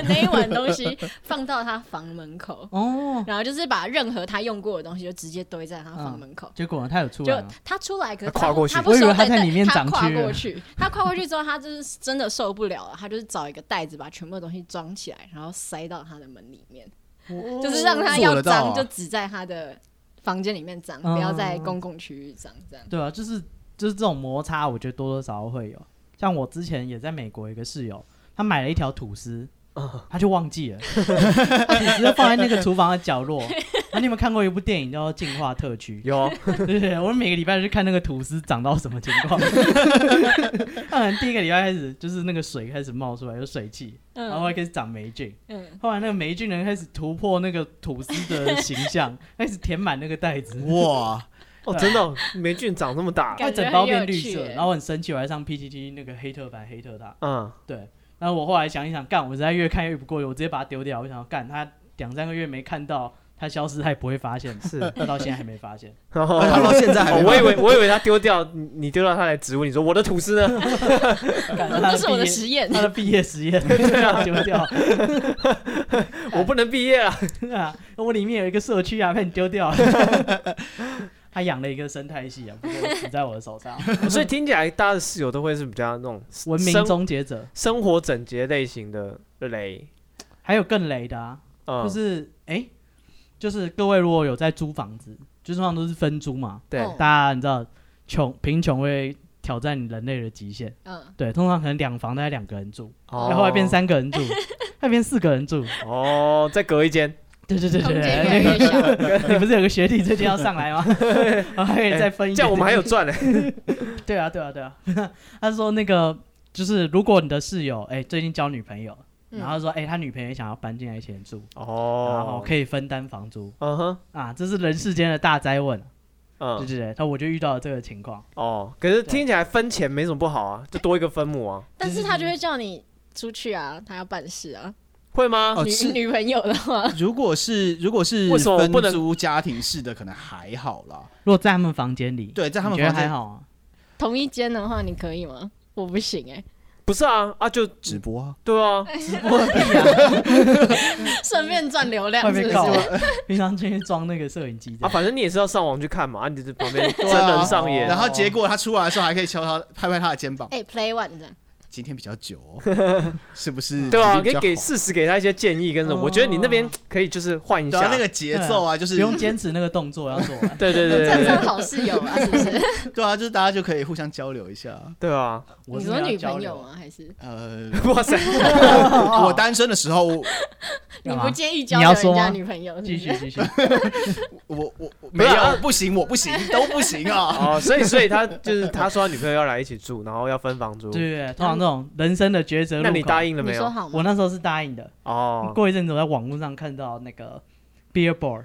Speaker 3: 那一碗东西放到他房门口， *laughs*
Speaker 2: 哦，
Speaker 3: 然后就是把任何他用过的东西就直接堆在他
Speaker 2: 嗯
Speaker 3: 房门口。
Speaker 2: 结果他有出来
Speaker 3: 就
Speaker 2: 吗？
Speaker 3: 他出来，可是
Speaker 1: 他跨过去
Speaker 3: 他不
Speaker 2: 我以为
Speaker 3: 收
Speaker 2: 啊他
Speaker 3: 对
Speaker 2: 在
Speaker 3: 对
Speaker 2: 里面
Speaker 3: 他
Speaker 2: 长
Speaker 3: 跨
Speaker 2: 蛆
Speaker 3: 过
Speaker 2: 了
Speaker 3: 去，他跨过去之后，他就是真的受不了了，他就是找一个袋子把全部的东西装起来，然后塞到他的门里面，
Speaker 2: 哦
Speaker 3: 就是让他
Speaker 4: 做
Speaker 3: 要
Speaker 4: 得到啊
Speaker 3: 脏就只在他的房间里面脏，
Speaker 2: 嗯
Speaker 3: 不要在公共区域脏，这样。
Speaker 2: 对啊，就是就是这种摩擦，我觉得多多少少会有。像我之前也在美国有一个室友，他买了一条吐司，
Speaker 4: 哦
Speaker 2: 他就忘
Speaker 4: *laughs*
Speaker 2: 记了，他只是放在那个厨房的角
Speaker 3: *laughs*
Speaker 2: 落。那、你有没有看过一部电影叫《进化特区》？
Speaker 1: 有啊，
Speaker 2: 对对，我每个礼拜去看那个吐司长到什么情
Speaker 3: *laughs*
Speaker 2: 况。 *laughs* 当然，第一个礼拜开始就是那个水开始冒出来，有水汽，然后
Speaker 3: 嗯
Speaker 2: 还开始长霉菌。
Speaker 3: 嗯，
Speaker 2: 后来那个霉菌人开始突破那个吐司
Speaker 3: *laughs*
Speaker 2: 的形象，开始填满那个袋子，
Speaker 4: 哇，
Speaker 1: 哦，真的哦霉菌长这么大，
Speaker 2: 它
Speaker 3: 感觉
Speaker 2: 整包
Speaker 3: 很有
Speaker 2: 变绿
Speaker 3: 趣
Speaker 2: 色。
Speaker 3: 耶
Speaker 2: 然后我很生气，我还上 PTT 那个黑特版黑特他。
Speaker 1: 嗯，
Speaker 2: 对，然后我后来想一想，干，我实在越看越不过瘾，我直接把它丢掉。我想要干，他两三个月没看到，他消失，他也不会发现，，
Speaker 1: 是
Speaker 2: 到现在还没发现。
Speaker 1: 然后。
Speaker 4: 他到现在
Speaker 1: *laughs*
Speaker 4: 还
Speaker 1: 哦
Speaker 4: 没，
Speaker 1: 我以为我以为他丢掉，你你丢掉他来植物，你说我的吐司呢？ *laughs*
Speaker 2: 干他
Speaker 3: 这是我的
Speaker 2: 毕业
Speaker 3: 实
Speaker 2: *laughs*
Speaker 3: 验。
Speaker 2: 他的毕业实验对啊，丢掉。
Speaker 1: 我不能毕业了。
Speaker 2: 对啊，我里面有一个社区啊，被你丢掉。他养了一个生态系啊，不过死在我的手上。
Speaker 1: *laughs* 所以听起来大家的室友都会是比较那种
Speaker 2: 文明
Speaker 1: 生
Speaker 2: 终结者，
Speaker 1: 生活整洁类型的雷，
Speaker 2: 还有更雷的啊，
Speaker 1: 嗯，
Speaker 2: 就是哎、诶就是各位如果有在租房子，就通常都是分租嘛，
Speaker 1: 对，
Speaker 3: 哦
Speaker 2: 大家你知道穷贫穷会挑战人类的极限，
Speaker 3: 嗯，
Speaker 2: 对，通常可能两房大概两个人住，
Speaker 1: 哦
Speaker 2: 然后后来变三个人住，再变四个人住，
Speaker 1: 哦，再隔一间，
Speaker 2: 对对对
Speaker 3: 空
Speaker 2: 对
Speaker 3: 间越来越
Speaker 2: 对，
Speaker 3: 小。
Speaker 2: *laughs* 你不是有个学弟最近要上
Speaker 1: *laughs*
Speaker 2: 来吗？然后还可以再分一
Speaker 1: 哎这
Speaker 2: 个，
Speaker 1: 样我们还有赚嘞。
Speaker 2: 对啊，对啊，对 *laughs* 啊。他说那个就是，如果你的室友哎、最近交女朋友，
Speaker 3: 嗯
Speaker 2: 然后说哎、他女朋友也想要搬进来一起住，然后
Speaker 1: 哦，
Speaker 2: 可以分担房租
Speaker 1: 嗯哼，
Speaker 2: 啊，这是人世间的大灾问，对
Speaker 1: 嗯，
Speaker 2: 对对。他我就遇到了这个情况，
Speaker 1: 哦，可是听起来分钱没什么不好啊，就多一个分母啊，
Speaker 3: 但是他就会叫你出去啊，他要办事啊。
Speaker 1: 会吗？
Speaker 4: 哦
Speaker 3: 女
Speaker 4: 是
Speaker 3: 女朋友的话，
Speaker 4: 如果是如果是
Speaker 1: 为什么我
Speaker 4: 分
Speaker 1: 不能
Speaker 4: 租家庭式的，可能还好啦。
Speaker 2: 如果在他们房间里，
Speaker 4: 对在他们
Speaker 2: 你觉得
Speaker 4: 房间
Speaker 2: 还好啊。
Speaker 3: 同一间的话，你可以吗？我不行
Speaker 2: *laughs*
Speaker 3: 哎、
Speaker 1: 不是啊，啊就
Speaker 4: 直播啊，
Speaker 1: 对啊，
Speaker 3: 顺便赚流量
Speaker 2: 会
Speaker 3: 是不
Speaker 2: 被
Speaker 3: 是？
Speaker 2: 告啊，平常进去装那个摄影机这
Speaker 1: 啊
Speaker 2: 样，
Speaker 1: 反正你也是要上网去看嘛，啊你这旁边真
Speaker 4: *laughs* 对啊
Speaker 1: 人上演，
Speaker 4: 然后结果他出来的时候还可以敲他拍拍他的肩膀，
Speaker 3: 哎、p l a y one 这样，
Speaker 4: 今天比较久哦，是不是？
Speaker 1: 对啊，
Speaker 4: 今
Speaker 1: 可以
Speaker 4: 天比较
Speaker 1: 给
Speaker 4: 好
Speaker 1: 适时给他一些建议跟什么，我觉得你那边
Speaker 2: 哦
Speaker 1: 可以就是换一
Speaker 4: 对啊
Speaker 1: 下，。
Speaker 4: 那个节奏啊，就
Speaker 2: 不
Speaker 4: 是
Speaker 2: 用坚持那个动作要做完
Speaker 1: 对对对
Speaker 3: 这
Speaker 4: *laughs*
Speaker 3: 样
Speaker 1: 对
Speaker 3: 算
Speaker 1: 对，
Speaker 3: 好室友啊，是不是？
Speaker 4: 对啊，就是大家就可以互相交流一下。
Speaker 1: 对啊，
Speaker 2: *laughs*
Speaker 1: *laughs*
Speaker 2: 我
Speaker 3: 你
Speaker 2: 是
Speaker 3: 说
Speaker 2: 没有
Speaker 3: 女
Speaker 2: 交
Speaker 3: 朋
Speaker 2: 流
Speaker 3: 友？吗？还是
Speaker 4: 呃，
Speaker 1: 哇塞，
Speaker 4: 我单身的时候，我
Speaker 3: 你
Speaker 2: 干嘛
Speaker 3: 不介意交
Speaker 2: 你
Speaker 3: 流
Speaker 2: 要说
Speaker 3: 人家
Speaker 2: 吗
Speaker 3: 女朋友是不
Speaker 2: 继
Speaker 3: 是？
Speaker 2: 续继续，
Speaker 4: 我我我
Speaker 1: 不
Speaker 4: 没
Speaker 1: 是啊
Speaker 4: 有不行，我不行，都不行
Speaker 1: *laughs*
Speaker 4: 啊。
Speaker 1: 哦，所以所以他就是他说他女朋友要来一起住，然后要分房租
Speaker 2: 对，对对，通常这种人生的抉择路
Speaker 1: 那
Speaker 2: 口，
Speaker 1: 你答应了
Speaker 3: 你
Speaker 1: 没
Speaker 3: 说
Speaker 1: 有？啊
Speaker 3: 好吗？
Speaker 2: 我那时候是答应的，
Speaker 1: 哦，
Speaker 2: 过一阵子我在网络上看到那个 Billboard、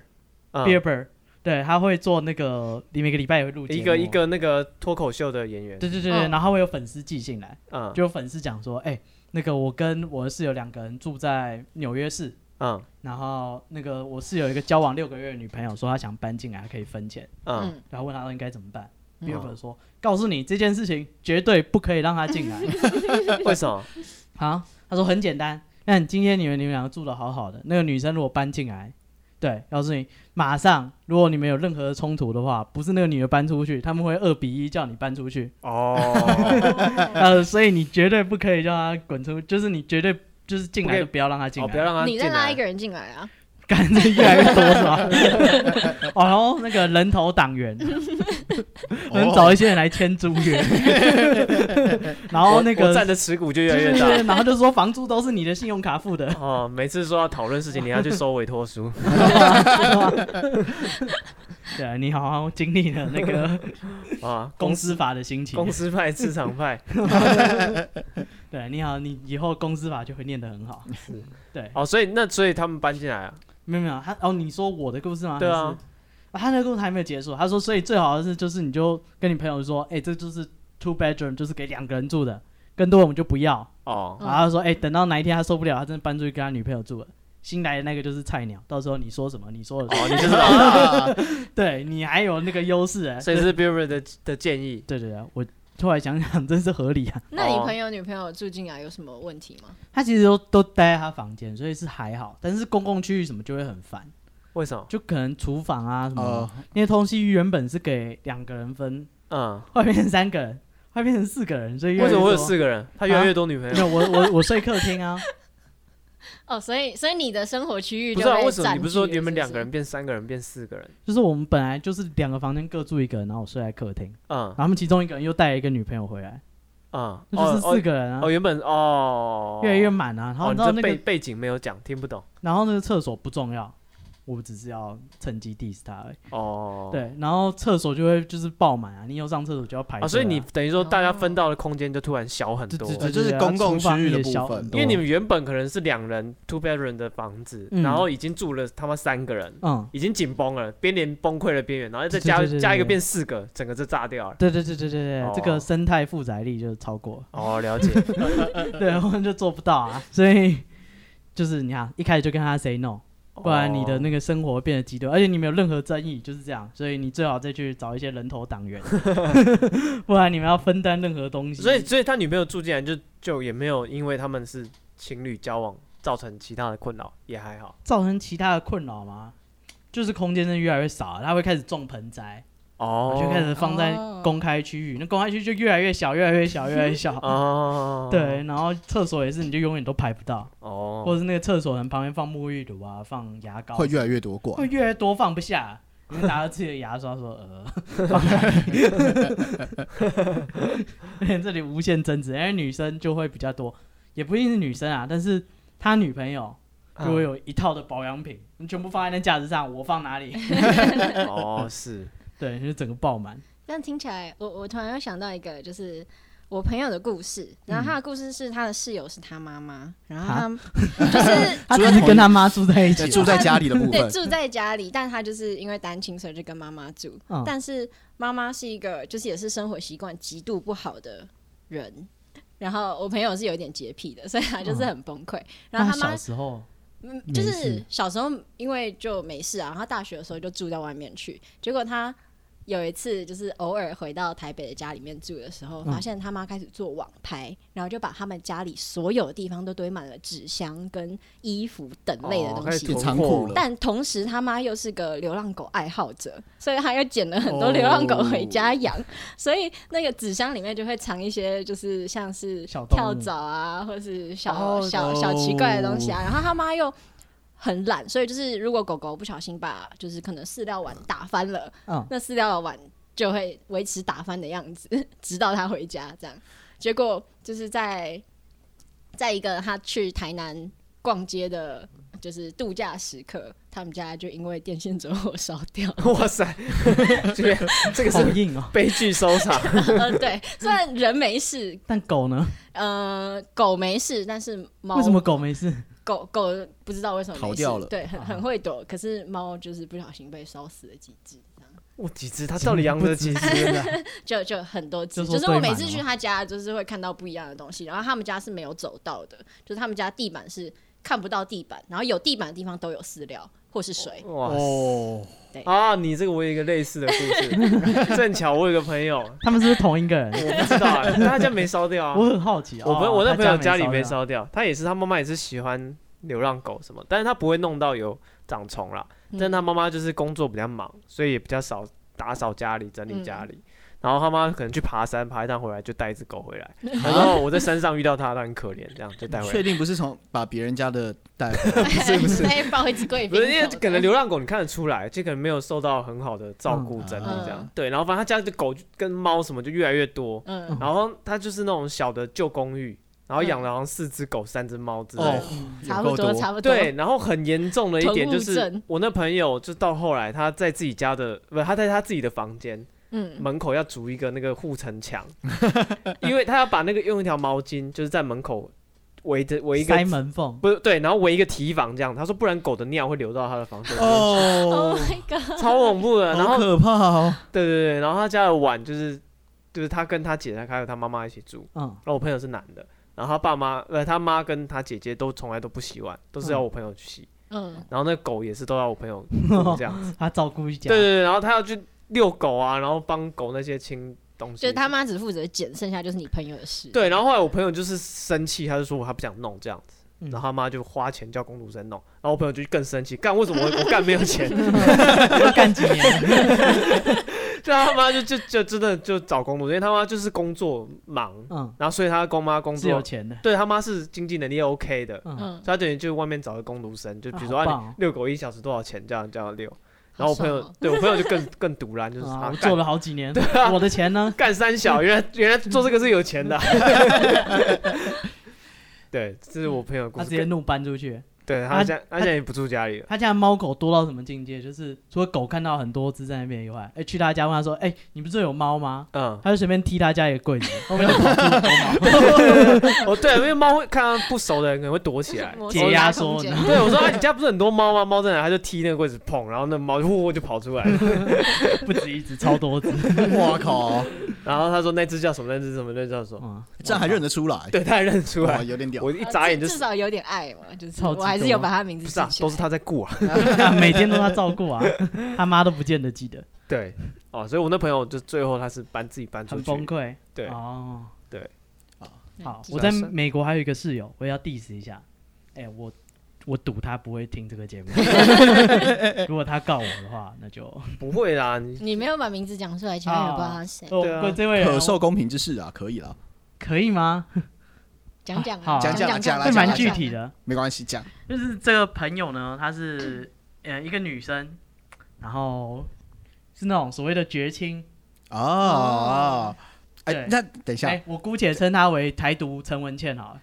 Speaker 1: 嗯
Speaker 2: Billboard，对，他会做那个你每个礼拜也会录节目
Speaker 1: 一个一，个那个脱口秀的演员，
Speaker 2: 对对对对，
Speaker 3: 嗯
Speaker 2: 然后会有粉丝寄信来，
Speaker 1: 嗯
Speaker 2: 就有粉丝讲说，哎，那个我跟我的室友两个人住在纽约市，
Speaker 1: 嗯
Speaker 2: 然后那个我室友一个交往六个月的女朋友说她想搬进来，可以分钱，
Speaker 1: 嗯，
Speaker 2: 然后问他说应该怎么办。
Speaker 3: 嗯
Speaker 2: Billboard 说：“告诉你这件事情绝对不可以让他
Speaker 1: *laughs*
Speaker 2: 进来。
Speaker 3: 嗯
Speaker 1: 为什么？”
Speaker 2: 好，他说很简单，那你今天你们你们两个住的好好的，那个女生如果搬进来，对，告诉你马上，如果你们有任何的冲突的话，不是那个女的搬出去，他们会二比一叫你搬出去。
Speaker 1: *laughs* 哦，
Speaker 3: *laughs*
Speaker 2: 呃，所以你绝对不可以让他滚出，就是你绝对就是进
Speaker 1: 不
Speaker 2: 来
Speaker 1: 可以
Speaker 2: 就不要让他进
Speaker 1: 哦，
Speaker 2: 来，
Speaker 1: 不要让他
Speaker 3: 你再
Speaker 1: 进
Speaker 3: 拉一
Speaker 1: 来
Speaker 3: 个人进来啊！
Speaker 2: *laughs* 干这越来越多
Speaker 1: *laughs*
Speaker 2: 是吧？哦，然后那个人头党员，
Speaker 1: 哦
Speaker 2: 能找一些人来签租
Speaker 1: *laughs*
Speaker 2: 约，然后那
Speaker 1: 我
Speaker 2: 个
Speaker 1: 我占的持股就越来
Speaker 2: 对
Speaker 1: 越
Speaker 2: 对
Speaker 1: 大。
Speaker 2: 对，然后就说房租都是你的信用卡
Speaker 1: *laughs*
Speaker 2: 付的，
Speaker 1: 哦，每次说要讨论事情，你要去收委托
Speaker 2: *laughs*
Speaker 1: 书。
Speaker 2: 对你好好经历了那个
Speaker 1: 啊，
Speaker 2: 公
Speaker 1: 公
Speaker 2: 司法的兴起，
Speaker 1: 公司派、市场派。
Speaker 2: 对你好，你以后公司法就会念得很好。对，
Speaker 1: 哦，所以那所以他们搬进来啊。
Speaker 2: 没有没有，他哦，你说我的故事吗？
Speaker 1: 对啊
Speaker 2: 还是，啊他那个故事还没有结束，他说，所以最好的是就是你就跟你朋友说，哎、这就是 two bedroom，就是给两个人住的，更多我们就不要。
Speaker 1: 哦，
Speaker 3: 嗯
Speaker 2: 然后他说：“哎、等到哪一天他受不了，他真的搬出去跟他女朋友住了。新来的那个就是菜鸟，到时候你说什么，你
Speaker 1: *laughs*
Speaker 2: 说的什
Speaker 1: 哦
Speaker 2: 么，
Speaker 1: 你知道
Speaker 4: *laughs*
Speaker 1: 了，
Speaker 4: 啊，
Speaker 2: 对你还有那个优势哎。
Speaker 1: 所以这是 Billboard 的的建议。
Speaker 2: *laughs* 对对对，我后来想想，真是合理啊。
Speaker 3: 那你
Speaker 1: 哦
Speaker 3: 朋友女朋友住进来有什么问题吗？
Speaker 2: 他其实都都待在他房间，所以是还好，但是公共区域什么就会很烦，
Speaker 1: 为什么？
Speaker 2: 就可能厨房啊什么、
Speaker 1: 哦
Speaker 4: 呃，
Speaker 2: 那些东西原本是给两个人分，
Speaker 1: 嗯，
Speaker 2: 后来变成三个人，后来变成四个人，所以越
Speaker 1: 为
Speaker 2: 来
Speaker 1: 什
Speaker 2: 越
Speaker 1: 么会有
Speaker 2: 多啊
Speaker 1: 四个人？他越来越多女朋
Speaker 2: 没有
Speaker 1: 友。
Speaker 2: 我我我睡客厅啊，
Speaker 3: 哦，所以所以你的生活区域
Speaker 1: 不
Speaker 3: 就是
Speaker 1: 啊，
Speaker 3: 被
Speaker 1: 为什么
Speaker 3: 占
Speaker 1: 你不是
Speaker 3: 据
Speaker 1: 说
Speaker 3: 了
Speaker 1: 原本
Speaker 3: 是不
Speaker 1: 两
Speaker 3: 是
Speaker 1: 个人变三个人变四个人？
Speaker 2: 就是我们本来就是两个房间各住一个人，然后我睡在客厅，
Speaker 1: 嗯
Speaker 2: 然后，他们其中一个人又带了一个女朋友回来。
Speaker 1: 啊，
Speaker 2: 那就是
Speaker 1: 哦
Speaker 2: 四个人
Speaker 1: 哦
Speaker 2: 啊
Speaker 1: 哦，，原本哦，
Speaker 2: 越来越满啊。然
Speaker 1: 哦，
Speaker 2: 后你
Speaker 1: 你
Speaker 2: 知道
Speaker 1: 这
Speaker 2: 那
Speaker 1: 背
Speaker 2: 个，
Speaker 1: 背景没有讲，听不懂
Speaker 2: 然后那个厕所不重要，我只是要趁机 diss 他而已。
Speaker 1: 哦。
Speaker 2: 对，然后厕所就会就是爆满啊，你有上厕所就要排队啊。哦
Speaker 1: 啊，所以你等于说大家分到的空间就突然小很
Speaker 2: 对
Speaker 1: 多
Speaker 2: 对，对，
Speaker 4: 哦就是
Speaker 2: 对
Speaker 4: 公共
Speaker 2: 厨房
Speaker 4: 区域的
Speaker 2: 也
Speaker 4: 部
Speaker 2: 小
Speaker 4: 分
Speaker 2: 很
Speaker 1: 因为
Speaker 2: 多
Speaker 1: 你们原本可能是两人 two bedroom 的房子，
Speaker 2: 嗯
Speaker 1: 然后已经住了他妈三个人，
Speaker 2: 嗯，
Speaker 1: 已经紧绷了，濒临崩溃的边缘，然后再
Speaker 2: 对对
Speaker 1: 加
Speaker 2: 对对对
Speaker 1: 加一个
Speaker 2: 对
Speaker 1: 变四个，整个就炸掉了。
Speaker 2: 对对对对对对，这
Speaker 1: 哦
Speaker 2: 个生态负载力就是超过了。
Speaker 1: *laughs* 哦，了解， *laughs*
Speaker 2: 对，我们就做不到啊。所以就是你看，一开始就跟他 say no，不
Speaker 1: 哦
Speaker 2: 然你的那个生活变得极端，而且你没有任何争议，就是这样。所以你最好再去找一些人头党
Speaker 1: *laughs*
Speaker 2: 员， *laughs* 不然你们要分担任何东西。
Speaker 1: 所哦以所以他女朋友住进来就就也没有因为他们是情侣交往造成其他的困扰，也还好。
Speaker 2: 造成其他的困扰吗？就是空间真的越来越少啊，他会开始种盆栽，
Speaker 1: 哦，
Speaker 2: 就开始放在公开区域，那公开区就越来越小，越来越小，越来越小。
Speaker 1: 哦，
Speaker 2: *laughs* 对，然后厕所也是，你就永远都排不到，或
Speaker 1: 哦，
Speaker 2: 者是那个厕所人旁边放沐浴乳啊，放牙膏，
Speaker 4: 会越来越多挂
Speaker 2: 会。越来越多放不下，你会打到自己的牙刷说呃，放开 *laughs* 这里无限争执，因为女生就会比较多，也不一定是女生啊，但是他女朋友
Speaker 1: 啊
Speaker 2: 就会有一套的保养品，你全部放在那架子上，我放
Speaker 1: *laughs*
Speaker 2: 哪里？
Speaker 1: *laughs* 哦是，
Speaker 2: 对，就整个爆满。
Speaker 3: 这样听起来，我我突然又想到一个，就是我朋友的故事。然
Speaker 1: 嗯
Speaker 3: 后他的故事是他的室友是他妈妈，然后他 *laughs* 就是
Speaker 2: 他
Speaker 4: 住在
Speaker 2: 只是
Speaker 4: 同一
Speaker 2: 跟他妈住在一起
Speaker 4: 对
Speaker 2: 啊，
Speaker 4: 住在家里的部
Speaker 3: 对
Speaker 4: 分，
Speaker 3: 住在家里，但他就是因为单亲，所以就跟妈妈住。
Speaker 2: 嗯
Speaker 3: 但是妈妈是一个就是也是生活习惯极度不好的人。然后我朋友是有一点洁癖的，所以他就是很崩溃。然后
Speaker 2: 那
Speaker 3: 他妈
Speaker 2: 小时候
Speaker 3: 嗯，
Speaker 2: 没
Speaker 3: 就
Speaker 2: 事
Speaker 3: 是小时候因为就没事啊，然后大学的时候就住到外面去，结果他有一次就是偶尔回到台北的家里面住的时候，
Speaker 2: 嗯
Speaker 3: 发现他妈开始做网拍，然后就把他们家里所有的地方都堆满了纸箱跟衣服等类的
Speaker 1: 哦
Speaker 3: 东
Speaker 1: 开始
Speaker 3: 西。
Speaker 1: 囤
Speaker 4: 变仓库
Speaker 1: 货
Speaker 4: 了
Speaker 3: 但同时，他妈又是个流浪狗爱好者，所以他又捡了很
Speaker 2: 哦
Speaker 3: 多流浪狗回家养，所以那个纸箱里面就会藏一些，就是像是
Speaker 2: 小动物
Speaker 3: 跳蚤啊，或是小、
Speaker 1: 哦
Speaker 3: 小小奇怪的东西
Speaker 2: 哦
Speaker 3: 啊。然后他妈又很懒，所以就是如果狗狗不小心把就是可能饲料碗打翻了，
Speaker 2: 嗯
Speaker 3: 那饲料碗就会维持打翻的样子， *laughs* 直到它回家这样。结果就是在在一个他去台南逛街的，就是度假时刻，他们家就因为电线走火烧掉。
Speaker 1: 哇塞， *laughs* 这个这个
Speaker 2: 好
Speaker 1: 是
Speaker 2: 硬哦。
Speaker 1: 悲剧收场。
Speaker 3: 呃， *laughs* 对，虽然人没事，
Speaker 2: 但狗呢？
Speaker 3: 呃，狗没事，但是猫
Speaker 2: 为什么狗没事？
Speaker 3: 狗狗不知道为什么没
Speaker 4: 逃
Speaker 3: 事
Speaker 4: 掉了
Speaker 3: 对，很
Speaker 2: 啊
Speaker 3: 很会躲。可是猫就是不小心被烧死了几只，这样
Speaker 1: 哇，几只？他到底养了几只？啊
Speaker 3: 就就很多只。
Speaker 2: 就说
Speaker 3: 就是我
Speaker 2: 堆
Speaker 3: 每
Speaker 2: 满
Speaker 3: 次
Speaker 2: 了
Speaker 3: 去
Speaker 2: 吗
Speaker 3: 他家，就是会看到不一样的东西。然后他们家是没有走道的，就是他们家地板是看不到地板，然后有地板的地方都有饲料或是水。
Speaker 1: *laughs* 哇
Speaker 4: 哦，
Speaker 1: 啊！你这个我有一个类似的故 *laughs* 事，正巧我有个朋友，
Speaker 2: *laughs* 他们是不是同一个人？
Speaker 1: *laughs* 我不知道啊，但他家没烧掉啊。
Speaker 2: 我很好奇啊。
Speaker 1: 我朋我那
Speaker 2: 他
Speaker 1: 朋友
Speaker 2: 家
Speaker 1: 家里没
Speaker 2: 没
Speaker 1: 烧掉，他也是他妈妈也是喜欢流浪狗什么，但是他不会弄到有长虫啦。
Speaker 3: 嗯
Speaker 1: 但
Speaker 3: *laughs*
Speaker 1: 他妈妈就是工作比较忙，所以也比较少打扫家里、整理家里。然后他妈可能去爬山，爬一趟回来就带一只狗回来。然后我在山上遇到它，它很可怜，这样就带回
Speaker 4: 确
Speaker 1: 来。
Speaker 4: 定不是从把别人家的带回来？ *laughs*
Speaker 1: 是不
Speaker 3: *laughs*
Speaker 1: 是
Speaker 3: 再抱一只贵
Speaker 1: 不
Speaker 3: 宾狗
Speaker 1: 是
Speaker 3: 的？
Speaker 1: 因为可能流浪狗你看得出来，这可能没有受到很好的照顾
Speaker 2: 嗯
Speaker 1: 整理这样
Speaker 3: 嗯。
Speaker 1: 对，然后反正他家的狗就跟猫什么就越来越多，
Speaker 3: 嗯
Speaker 1: 然后他就是那种小的旧公寓，然后养
Speaker 3: 嗯
Speaker 1: 了好像四只狗、三只猫之类的
Speaker 4: 哦。，
Speaker 3: 差
Speaker 4: 有
Speaker 3: 不
Speaker 4: 够
Speaker 3: 多，差不多。
Speaker 1: 对，然后很严重的一点就
Speaker 3: 囤物
Speaker 1: 是
Speaker 3: 症，
Speaker 1: 我那朋友就到后来，他在自己家的不，他在他自己的房间
Speaker 3: 嗯，
Speaker 1: 门口要筑一个那个护城
Speaker 4: *laughs*
Speaker 1: 墙，因为他要把那个用一条毛巾就是在门口围着围一个
Speaker 2: 塞门缝，
Speaker 1: 不是对，然后围一个提防这样。他说不然狗的尿会流到他的房间里面去，
Speaker 4: 哦
Speaker 3: Oh，my god！
Speaker 1: 超恐怖的。然
Speaker 4: 好
Speaker 1: 后
Speaker 4: 可怕 *laughs* 哦！
Speaker 1: 对对对，然后他家的碗就是就是他跟他姐还有他妈妈一起住， *laughs*
Speaker 2: 嗯，
Speaker 1: 然后我朋友是男的，然后他爸妈呃他妈跟他姐姐都从来都不洗碗，都是要我朋友去洗。
Speaker 3: 嗯，
Speaker 1: 然后那狗也是都要我朋 *laughs* 友顾这样子，
Speaker 2: 他照顾一家，
Speaker 1: 对对对，然后他要去遛狗啊，然后帮狗那些清东西，
Speaker 3: 就是他妈只负责捡，剩下就是你朋友的事。
Speaker 1: 对，然后后来我朋友就是生气，他就说我还不想弄这样子，
Speaker 2: 嗯
Speaker 1: 然后他妈就花钱叫工读生弄，然后我朋友就更生气，干为什么我我干没有钱？ *laughs*
Speaker 2: 要干几年？
Speaker 1: 就他妈就就就真的就找工读生，因为他妈就是工作忙，
Speaker 2: *laughs* 嗯，
Speaker 1: 然后所以他公妈工
Speaker 2: 是有
Speaker 1: 作，
Speaker 2: 钱的，
Speaker 1: 对他妈是经济能力 OK 的，
Speaker 2: 嗯，
Speaker 3: 嗯，
Speaker 1: 所以他等于就外面找个工读生，就比如说
Speaker 2: 啊好
Speaker 1: 啊
Speaker 2: 棒哦
Speaker 1: 你遛狗一小时多少钱这样这样遛，然后我
Speaker 3: 好
Speaker 1: 朋
Speaker 3: 爽
Speaker 1: 友
Speaker 3: 哦
Speaker 1: 对我朋友就更更毒烂，就是
Speaker 2: 啊，
Speaker 1: 他
Speaker 2: 我
Speaker 1: 干
Speaker 2: 做了好几年，
Speaker 1: 啊
Speaker 2: 我的钱呢？
Speaker 1: 干三小，原来原来做这个是有钱的啊、 *laughs* 对，这是我朋友的故
Speaker 2: 他直
Speaker 1: 事。
Speaker 2: 接怒搬出去。
Speaker 1: 对
Speaker 2: 他
Speaker 1: 他现在他
Speaker 2: 他
Speaker 1: 现在也不住家里了。
Speaker 2: 他家猫狗多到什么境界？就是除了狗看到很多只在那边以外，哎、去他家问他说：“哎、你不是有猫吗？”
Speaker 1: 嗯，
Speaker 2: *laughs* 他就随便踢他家一个 *laughs* 柜子，后面就跑出很多猫。
Speaker 1: 哦对，因为猫会看到不熟的人可能会躲起来。
Speaker 3: 摩
Speaker 2: 解
Speaker 3: 斯大
Speaker 2: 压
Speaker 3: 空
Speaker 2: 缩
Speaker 3: 间
Speaker 2: 呢
Speaker 1: 对，我说、啊、你家不是很多猫吗？猫在哪？他就踢那个柜子，砰，然后那猫就呼呼就跑出来了。
Speaker 2: 不止一只，超多只。
Speaker 4: 我靠，
Speaker 1: 然后他说那只叫什么？那只什么？那只叫什么？
Speaker 2: 嗯，
Speaker 4: 这样还认得出来？
Speaker 1: 对，他还认出
Speaker 4: 哇，
Speaker 1: 来。
Speaker 4: 哦有点屌。
Speaker 1: 我一
Speaker 3: 呃
Speaker 1: 眨
Speaker 3: 至
Speaker 1: 眼就
Speaker 3: 至
Speaker 1: 是
Speaker 3: 少有点爱嘛，就是
Speaker 2: 超级
Speaker 3: 我还是
Speaker 2: 多
Speaker 3: 有把他名字
Speaker 1: 不
Speaker 3: 记
Speaker 1: 是啊，
Speaker 3: 起
Speaker 1: 都是
Speaker 3: 来
Speaker 1: 他在顾 *laughs* 啊。
Speaker 2: 每天都 *laughs* 他照顾啊，他妈都不见得记得，
Speaker 1: 对，哦，所以我那朋友就最后他是搬自己搬出
Speaker 2: 很
Speaker 1: 去。
Speaker 2: 崩溃。
Speaker 1: 对，
Speaker 2: 哦，
Speaker 3: 嗯
Speaker 2: 好，
Speaker 3: 记
Speaker 2: 我
Speaker 1: 是
Speaker 2: 在
Speaker 1: 啊是啊
Speaker 2: 美国还有一个室友，我也要 diss 一下。哎、我我赌他不会听这个 *laughs* 节目，如果他告我的话，那就
Speaker 1: 不会啦，你
Speaker 3: 你没有把名字讲出来，前面也不知道他是谁，
Speaker 2: 哦，
Speaker 1: 对啊
Speaker 2: 不过这位人
Speaker 4: 可受公平之事啊，可以了，
Speaker 2: 可以吗？
Speaker 3: 讲讲
Speaker 2: 好
Speaker 3: 啊
Speaker 2: 讲
Speaker 4: 讲啊
Speaker 3: 讲
Speaker 4: 讲啊
Speaker 2: 这
Speaker 4: 讲啊
Speaker 2: 蛮具体，的，
Speaker 4: 没关系，讲。
Speaker 2: 就是这个朋友呢，她是呃一个女生，然后是那种所谓的绝亲。
Speaker 4: 哦，哎
Speaker 2: 对，
Speaker 4: 那等一
Speaker 2: 哎、
Speaker 4: 下，
Speaker 2: 我姑且称她为台独陈文茜好了。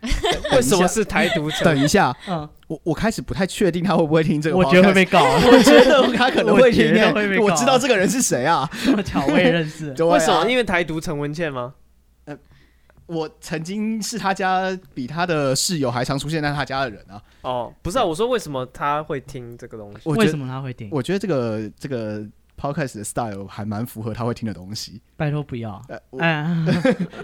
Speaker 1: 为什么是台独者？
Speaker 4: 等一下，
Speaker 2: 嗯，
Speaker 4: 我我开始不太确定他会不会听这个，
Speaker 2: 我觉得会，被告，
Speaker 4: *laughs*
Speaker 2: 啊
Speaker 4: 我觉得他可能会听
Speaker 2: 我觉得会被
Speaker 4: 欸，
Speaker 2: 告
Speaker 4: 我知道这个人是谁啊？
Speaker 2: 这么巧我也认
Speaker 4: *laughs*
Speaker 2: 识。
Speaker 4: 对啊
Speaker 1: 为什么？因为台独陈文茜吗？
Speaker 4: 我曾经是他家比他的室友还常出现在他家的人啊。
Speaker 1: 哦，不是啊，我说为什么他会听这个东西？
Speaker 4: 我
Speaker 2: 为
Speaker 4: 觉
Speaker 2: 什
Speaker 4: 得，
Speaker 2: 么他会听？
Speaker 4: 我觉得这个这个 podcast 的 style 还蛮符合他会听的东西。
Speaker 2: 拜托不要！
Speaker 4: 呃，我
Speaker 2: 哎，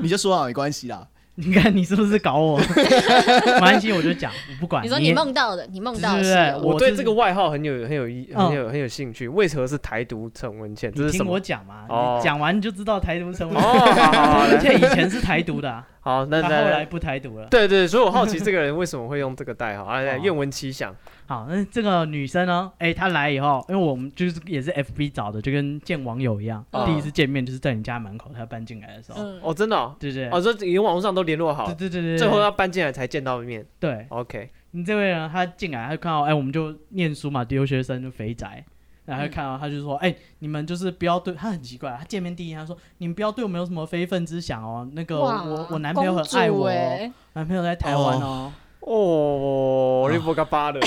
Speaker 4: 你就说啊，没关系啦。
Speaker 2: *laughs* 你看你是不是搞我？ *laughs* 没关系，我就讲，我不管。
Speaker 3: 你说你梦到的，你梦到的
Speaker 2: 对
Speaker 3: 室
Speaker 2: 对对
Speaker 3: 友
Speaker 2: 我
Speaker 1: 我对
Speaker 2: 就是
Speaker 1: 这个外号很有很有意
Speaker 2: 嗯
Speaker 1: 很有很有兴趣，为何是台独陈文茜？这
Speaker 2: 你
Speaker 1: 是什
Speaker 2: 听
Speaker 1: 么
Speaker 2: 我？讲嘛，
Speaker 1: 哦
Speaker 2: 你讲完你就知道台独成为
Speaker 1: 哦，。好好好，
Speaker 2: 而
Speaker 1: 来
Speaker 2: 且以前是台独的
Speaker 1: *laughs*
Speaker 2: 啊，
Speaker 1: 好，那
Speaker 2: 他后
Speaker 1: 那
Speaker 2: 来不台独了。
Speaker 1: 对对，所以我好奇这个人为什么会用这个代号？哎，来
Speaker 2: *laughs* 哦
Speaker 1: 愿闻其详。
Speaker 2: 好，那这个女生呢？哎、她来以后，因为我们就是也是 FB 找的，就跟见网友一样，
Speaker 1: 嗯
Speaker 2: 第一次见面就是在你家门口，她搬进来的时候，
Speaker 3: 嗯，
Speaker 1: 哦，真的哦，
Speaker 2: 对不对？
Speaker 1: 哦，这已经网络上都联络好
Speaker 2: 对
Speaker 1: 了，
Speaker 2: 对对对，对
Speaker 1: 最后要搬进来才见到面。
Speaker 2: 对
Speaker 1: OK，
Speaker 2: 你这位呢，他进来，他就看到，哎、我们就念书嘛，留学生就肥宅，然
Speaker 3: 嗯
Speaker 2: 后他看到他就说，哎、你们就是不要对他很奇怪，他见面第一天他说，你们不要对我们有什么非分之想哦，那个
Speaker 3: 哇
Speaker 2: 我我男朋友很爱
Speaker 3: 公主
Speaker 2: 我哦，
Speaker 3: 欸
Speaker 2: 男朋友在台湾哦，
Speaker 1: 哦，你不嘎巴的，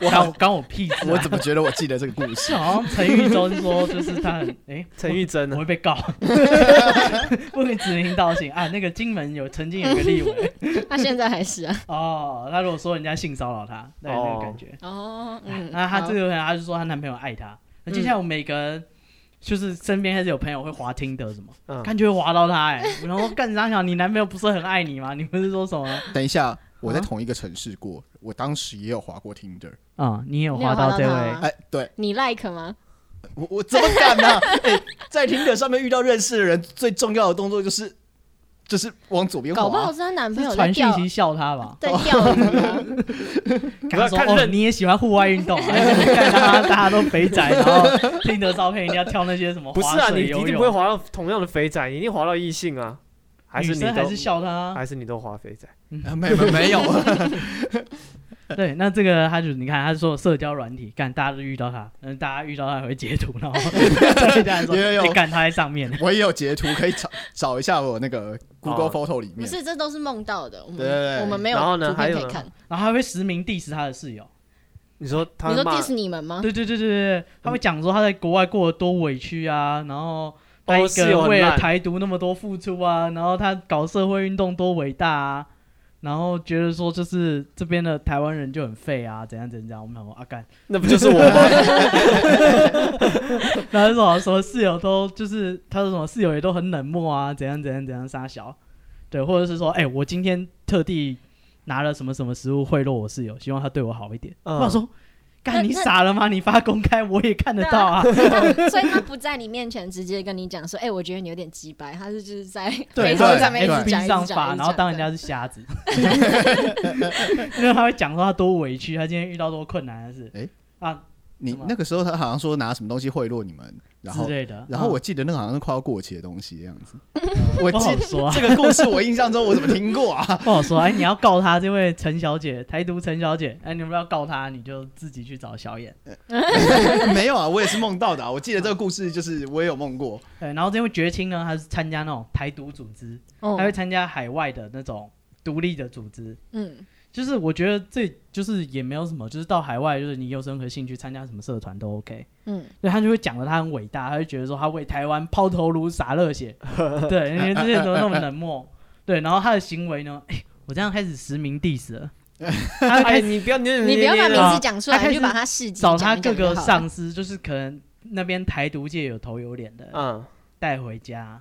Speaker 2: 我干我干我屁事、啊，
Speaker 4: 我怎么觉得我记得这个故
Speaker 2: 是 *laughs*
Speaker 4: 事？
Speaker 2: 好像陈玉珍说，就是他
Speaker 1: *laughs*
Speaker 2: 很哎。
Speaker 1: 陈玉珍
Speaker 2: 我
Speaker 1: 呢？
Speaker 2: 会
Speaker 1: *laughs*
Speaker 2: 被告，不能指名道姓啊。那个金门有曾经有个立委
Speaker 3: 他现在还是啊，
Speaker 2: 哦，他如果说人家性骚扰他，那那个感觉。
Speaker 3: 哦，嗯，
Speaker 2: *laughs* 那她
Speaker 3: 好
Speaker 2: 这个人，她就说她男朋友爱她。那接下来我们每个人就是身边还是有朋友会滑听的什么，
Speaker 1: 嗯
Speaker 2: 看就会滑到她哎、欸。 *laughs* 然后干啥想，你男朋友不是很爱你吗？你不是说什么？
Speaker 4: 等一下，
Speaker 2: 啊
Speaker 4: 我在同一个城市过，我当时也有划过 Tinder。
Speaker 2: 嗯，你也有
Speaker 3: 你有
Speaker 2: 滑到
Speaker 3: 滑到
Speaker 2: 这
Speaker 3: 她
Speaker 2: 位
Speaker 3: 吗
Speaker 4: 哎，对
Speaker 3: 你 like 吗？
Speaker 4: 我我怎么敢呢、 *laughs* 哎，在 Tinder 上面遇到认识的人，最重要的动作就是就是往左边
Speaker 3: 搞不好
Speaker 4: 滑。啊
Speaker 3: 是她男朋友
Speaker 2: 是
Speaker 3: 在
Speaker 2: 传讯
Speaker 3: 钓
Speaker 2: 息笑她吧？
Speaker 3: 在钓鱼啊，
Speaker 2: 跟他说
Speaker 1: 看
Speaker 2: 哦，
Speaker 1: 认
Speaker 2: 你也喜欢户外运动啊？ *laughs* 看他大家都肥宅，然后听的照片一定要跳那些什么
Speaker 1: 不是啊，
Speaker 2: 划
Speaker 1: 你
Speaker 2: 水
Speaker 1: 一
Speaker 2: 游泳
Speaker 1: 定不会滑到同样的肥仔，你一定滑到异性啊，还是
Speaker 2: 女
Speaker 1: 你
Speaker 2: 生还是
Speaker 1: 都
Speaker 2: 笑啊他。
Speaker 1: 还是你都滑肥仔？
Speaker 2: 嗯
Speaker 4: 啊没
Speaker 2: *laughs*
Speaker 4: 没没有，
Speaker 2: 对，那这个他就你看，他说社交软体，干大家都遇到他，嗯，大家遇到他也会截图，然后 *laughs* 对大家说，
Speaker 4: 也有
Speaker 2: 你干他在上面，
Speaker 4: 我也有截图可以找找一下我那个 Google
Speaker 1: 哦
Speaker 4: Photo 里
Speaker 3: 不
Speaker 4: 面。
Speaker 3: 是，这都是梦到的，我
Speaker 4: 对对对
Speaker 3: 们我们没有
Speaker 1: 然后呢
Speaker 3: 图
Speaker 1: 还
Speaker 3: 片
Speaker 1: 有
Speaker 3: 可以
Speaker 1: 呢
Speaker 3: 看。
Speaker 2: 然后还会实名 diss 他的室友。
Speaker 1: 你说他
Speaker 3: 你说
Speaker 1: 骂
Speaker 3: diss 你们吗？
Speaker 2: 对对对对对，他会讲说他在国外过得多委屈啊，然后他
Speaker 1: 哦
Speaker 2: 一个
Speaker 1: 室友
Speaker 2: 人
Speaker 1: 很
Speaker 2: 为了
Speaker 1: 烂
Speaker 2: 台独那么多付出啊，然后他搞社会运动多伟大啊，然后觉得说就是这边的台湾人就很废啊，怎样怎样怎样，我们想说啊干，
Speaker 1: 那不就是我吗？
Speaker 2: *laughs* 然后就说什么室友都就是他说什么室友也都很冷漠啊，怎样怎样怎样杀小，对，或者是说哎、我今天特地拿了什么什么食物贿赂我室友，希望他对我好一点。
Speaker 1: 嗯
Speaker 2: 我想说，干
Speaker 3: 那
Speaker 2: 你
Speaker 3: 那
Speaker 2: 傻了吗？你发公开我也看得到啊。
Speaker 3: *laughs* 他所以他不在你面前直接跟你讲说，哎、我觉得你有点鸡掰，他是就是在
Speaker 2: 对，
Speaker 3: Facebook
Speaker 2: 他会
Speaker 3: 上
Speaker 2: 在
Speaker 3: 面一直讲
Speaker 2: FB
Speaker 3: 一直
Speaker 2: 上
Speaker 3: 讲
Speaker 2: 发，
Speaker 3: 一直讲
Speaker 2: 然后当人家是瞎子，因为他会讲说他多委屈，他今天遇到多困难的事。
Speaker 4: 诶
Speaker 2: 啊，
Speaker 4: 你
Speaker 2: 什么
Speaker 4: 那个时候他好像说拿什么东西贿赂你们，然
Speaker 2: 之
Speaker 4: 后
Speaker 2: 类的。
Speaker 4: 然后我
Speaker 2: 嗯
Speaker 4: 记得那个好像是快要过期的东西的样
Speaker 1: *laughs*
Speaker 4: 子。我
Speaker 2: 不
Speaker 4: 记
Speaker 2: 好说啊，
Speaker 4: 这个故事我印象中我怎么听过啊？ *laughs*
Speaker 2: 不好说啊。哎，你要告他这位陈小姐，台独陈小姐，哎，你们要告他，你就自己去找小眼。
Speaker 4: 没有啊，我也是梦到的、啊。我记得这个故事就是我也有
Speaker 1: *laughs*
Speaker 4: 梦过。
Speaker 2: 对，然后这位绝青呢，他是参加那种台独组织，
Speaker 3: 哦
Speaker 2: 他会参加海外的那种独立的组织。
Speaker 3: 嗯，
Speaker 2: 就是我觉得这就是也没有什么，就是到海外，就是你有任何兴趣参加什么社团都 OK。
Speaker 3: 嗯，
Speaker 2: 对他就会讲的他很伟大，他就觉得说他为台湾抛头颅洒热血，对，因为这些人都那么冷漠，对，然后他的行为呢，哎、我这样开始实名 diss 了，他
Speaker 1: 哎，
Speaker 2: 就开始
Speaker 1: 你不要你
Speaker 3: 你不要把名字讲出
Speaker 2: 他
Speaker 3: 来，
Speaker 2: 开
Speaker 3: 你
Speaker 2: 始
Speaker 3: 就把他事迹
Speaker 2: 找他
Speaker 3: 讲一
Speaker 2: 各
Speaker 3: 讲就
Speaker 2: 个
Speaker 3: 好了
Speaker 2: 上司，就是可能那边台独界有头有脸的
Speaker 1: 嗯，
Speaker 2: 带回家，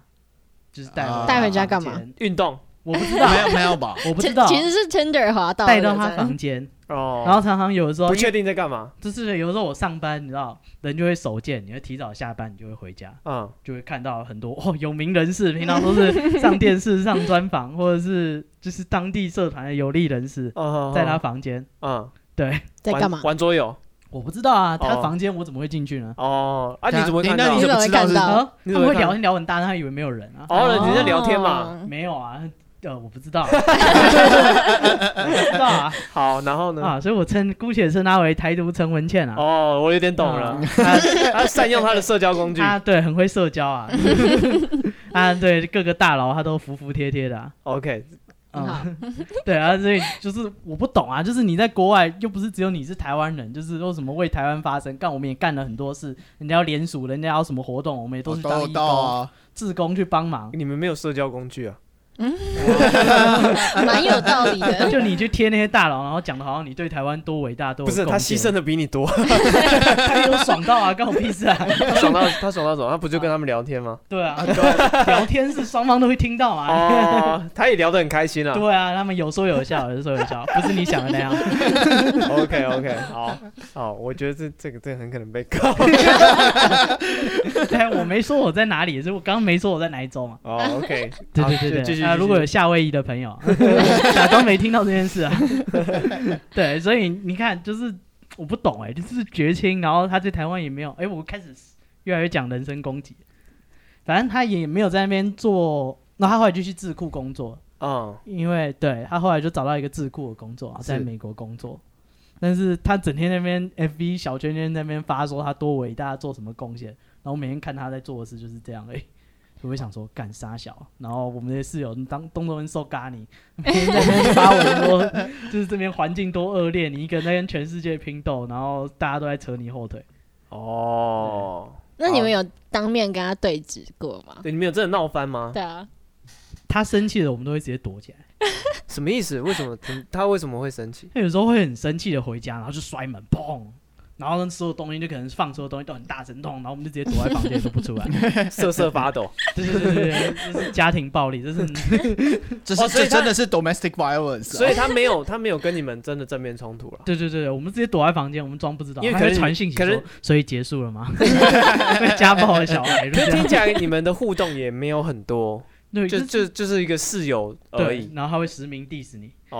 Speaker 2: 就是带
Speaker 4: 啊
Speaker 3: 带回家干
Speaker 2: 房
Speaker 3: 嘛
Speaker 2: 间？
Speaker 1: 运动
Speaker 2: 我不知
Speaker 4: *laughs*
Speaker 2: 道，
Speaker 1: 啊
Speaker 4: 没有没有吧？
Speaker 2: 我不知
Speaker 3: 其
Speaker 2: 道，
Speaker 3: 其实是 Tinder 滑到的
Speaker 2: 带到他
Speaker 3: 这样
Speaker 2: 房间，
Speaker 1: 哦，
Speaker 2: 然后常常有的时候
Speaker 1: 不
Speaker 2: 因为
Speaker 1: 确定在干嘛，
Speaker 2: 就是有时候我上班，你知道，人就会手贱，你会提早下班，你就会回家，
Speaker 1: 嗯，
Speaker 2: 就会看到很多哦有名人士，平常都
Speaker 3: *laughs*
Speaker 2: 是上电视、上专访，或者是就是当地社团的有力人士，
Speaker 1: 哦，
Speaker 2: 在他房间。
Speaker 1: 嗯
Speaker 2: 对，
Speaker 3: 在
Speaker 1: 玩
Speaker 3: 干嘛？
Speaker 1: 玩桌游
Speaker 2: 我不知道啊，他
Speaker 1: 哦
Speaker 2: 房间我怎么会进去呢？
Speaker 1: 哦， *laughs* 啊，你怎么
Speaker 4: 那
Speaker 1: 看到
Speaker 4: 那你？怎么知道
Speaker 3: 你怎
Speaker 4: 是
Speaker 3: 么会看到
Speaker 2: 啊，他
Speaker 1: 你怎么会
Speaker 2: 们会
Speaker 1: 看
Speaker 2: 聊天聊很大，他以为没有人啊。
Speaker 1: 哦人家聊天嘛
Speaker 2: *laughs*
Speaker 3: 哦，
Speaker 2: 没有啊， *laughs* 呃，我不知
Speaker 3: *laughs*
Speaker 2: 道，我不知道 *laughs* 啊
Speaker 1: 好，然后呢？
Speaker 2: 啊，所以我称姑且称他为台独陈文茜啊。
Speaker 1: 哦，我有点懂了，他他善用他的社交工具。
Speaker 2: 啊，对，很会社交
Speaker 3: *laughs*
Speaker 2: 啊，啊，对，各个大佬他都服服帖帖的、啊，
Speaker 1: OK，
Speaker 3: 很好
Speaker 2: 嗯， *laughs* 对啊，所以就是我不懂啊，就是你在国外又不是只有你是台湾人，就是说什么为台湾发声，干我们也干了很多事，人家要联署，人家要什么活动，我们也都是
Speaker 1: 哦
Speaker 2: 当
Speaker 4: 到
Speaker 2: 义
Speaker 4: 到
Speaker 2: 工、
Speaker 4: 啊，
Speaker 2: 志工去帮忙，
Speaker 1: 你们没有社交工具啊？
Speaker 3: 哦蛮有道
Speaker 2: *laughs*
Speaker 3: 理的。
Speaker 2: 就你去贴那些大佬，然后讲的好像你对台湾多伟大，多有
Speaker 1: 不是，
Speaker 2: 贡
Speaker 1: 他牺牲，
Speaker 2: 献
Speaker 1: 的比你多，
Speaker 2: 他没有爽到啊，关我屁事啊，
Speaker 1: *laughs* 他爽到他爽到什么？他不就跟他们聊天吗？
Speaker 2: 对啊
Speaker 4: 啊，对
Speaker 2: *laughs* 聊天是双方都会听到嘛。
Speaker 1: *laughs* 哦，他也聊得很开心 *laughs* 啊。
Speaker 2: 对啊，他们有说有笑，有说有笑，不是你想的那样。
Speaker 1: OK OK，好，好，我觉得这这个这个很可能 *laughs* 被告。
Speaker 2: *laughs* 哎，我没说我在哪里，是我刚刚没说我在哪一州嘛。
Speaker 1: 哦，OK，
Speaker 2: 对
Speaker 1: 好
Speaker 2: 对
Speaker 1: 就继
Speaker 2: 对
Speaker 1: 续
Speaker 2: 对，啊，
Speaker 1: 继续
Speaker 2: 如果有夏威夷的朋 *laughs* 友，假装没听到这件事啊。 *laughs* 对，所以你看，就是我不懂哎、就是绝亲，然后他在台湾也没有，哎、我开始越来越讲人身攻击，反正他也没有在那边做，那他后来就去智库工作，
Speaker 1: 嗯，
Speaker 2: 因为对他后来就找到一个智库的工作啊，在
Speaker 1: 是
Speaker 2: 美国工作。但是他整天那边 FB 小圈圈那边发说他多伟大，做什么贡献，然后每天看他在做的事就是这样而已。我会想说干啥小，然后我们的室友当东东人受咖你，每天在那边发文说就是这边环境多恶劣，你一个人在跟全世界拼斗，然后大家都在扯你后腿。
Speaker 1: 哦，
Speaker 3: 那你们有当面跟他对峙过吗？
Speaker 1: 对，你们有真的闹翻吗？
Speaker 3: 对啊，
Speaker 2: 他生气了，我们都会直接躲起来。
Speaker 1: 什么意思？为什么他为什么会生 *laughs* 气？
Speaker 2: 他有时候会很生气的回家，然后就摔门，砰！然后所有东西就可能放所有东西都很大声痛，然后我们就直接躲在房间都不出
Speaker 1: *laughs*
Speaker 2: 来。
Speaker 1: 瑟瑟发 *laughs* 抖。
Speaker 2: 对对对对对，这是家庭暴力，
Speaker 1: *laughs*
Speaker 2: 这是。
Speaker 4: 这
Speaker 1: 哦
Speaker 4: 是
Speaker 1: 所以
Speaker 4: 这
Speaker 1: 他
Speaker 4: 真的是 domestic violence，啊
Speaker 1: 所以他没有他没有跟你们真的正面冲突 *laughs* 了
Speaker 2: 对对对，我们直接躲在房间，我们装不知道，
Speaker 1: 因为
Speaker 2: 他
Speaker 1: 可
Speaker 2: 会
Speaker 1: 能
Speaker 2: 传信息
Speaker 1: 可
Speaker 2: 说
Speaker 1: 能，
Speaker 2: 所以结束
Speaker 1: *laughs*
Speaker 2: 了吗？被家暴的小孩，
Speaker 1: 可是
Speaker 2: 这
Speaker 1: 听
Speaker 2: 样
Speaker 1: 起来你们的互动也没有很多，
Speaker 2: 对，
Speaker 1: 就是就就是一个室友而
Speaker 2: 对
Speaker 1: 已，。
Speaker 2: 然后他会实名 diss 你，
Speaker 1: 哦，
Speaker 2: 然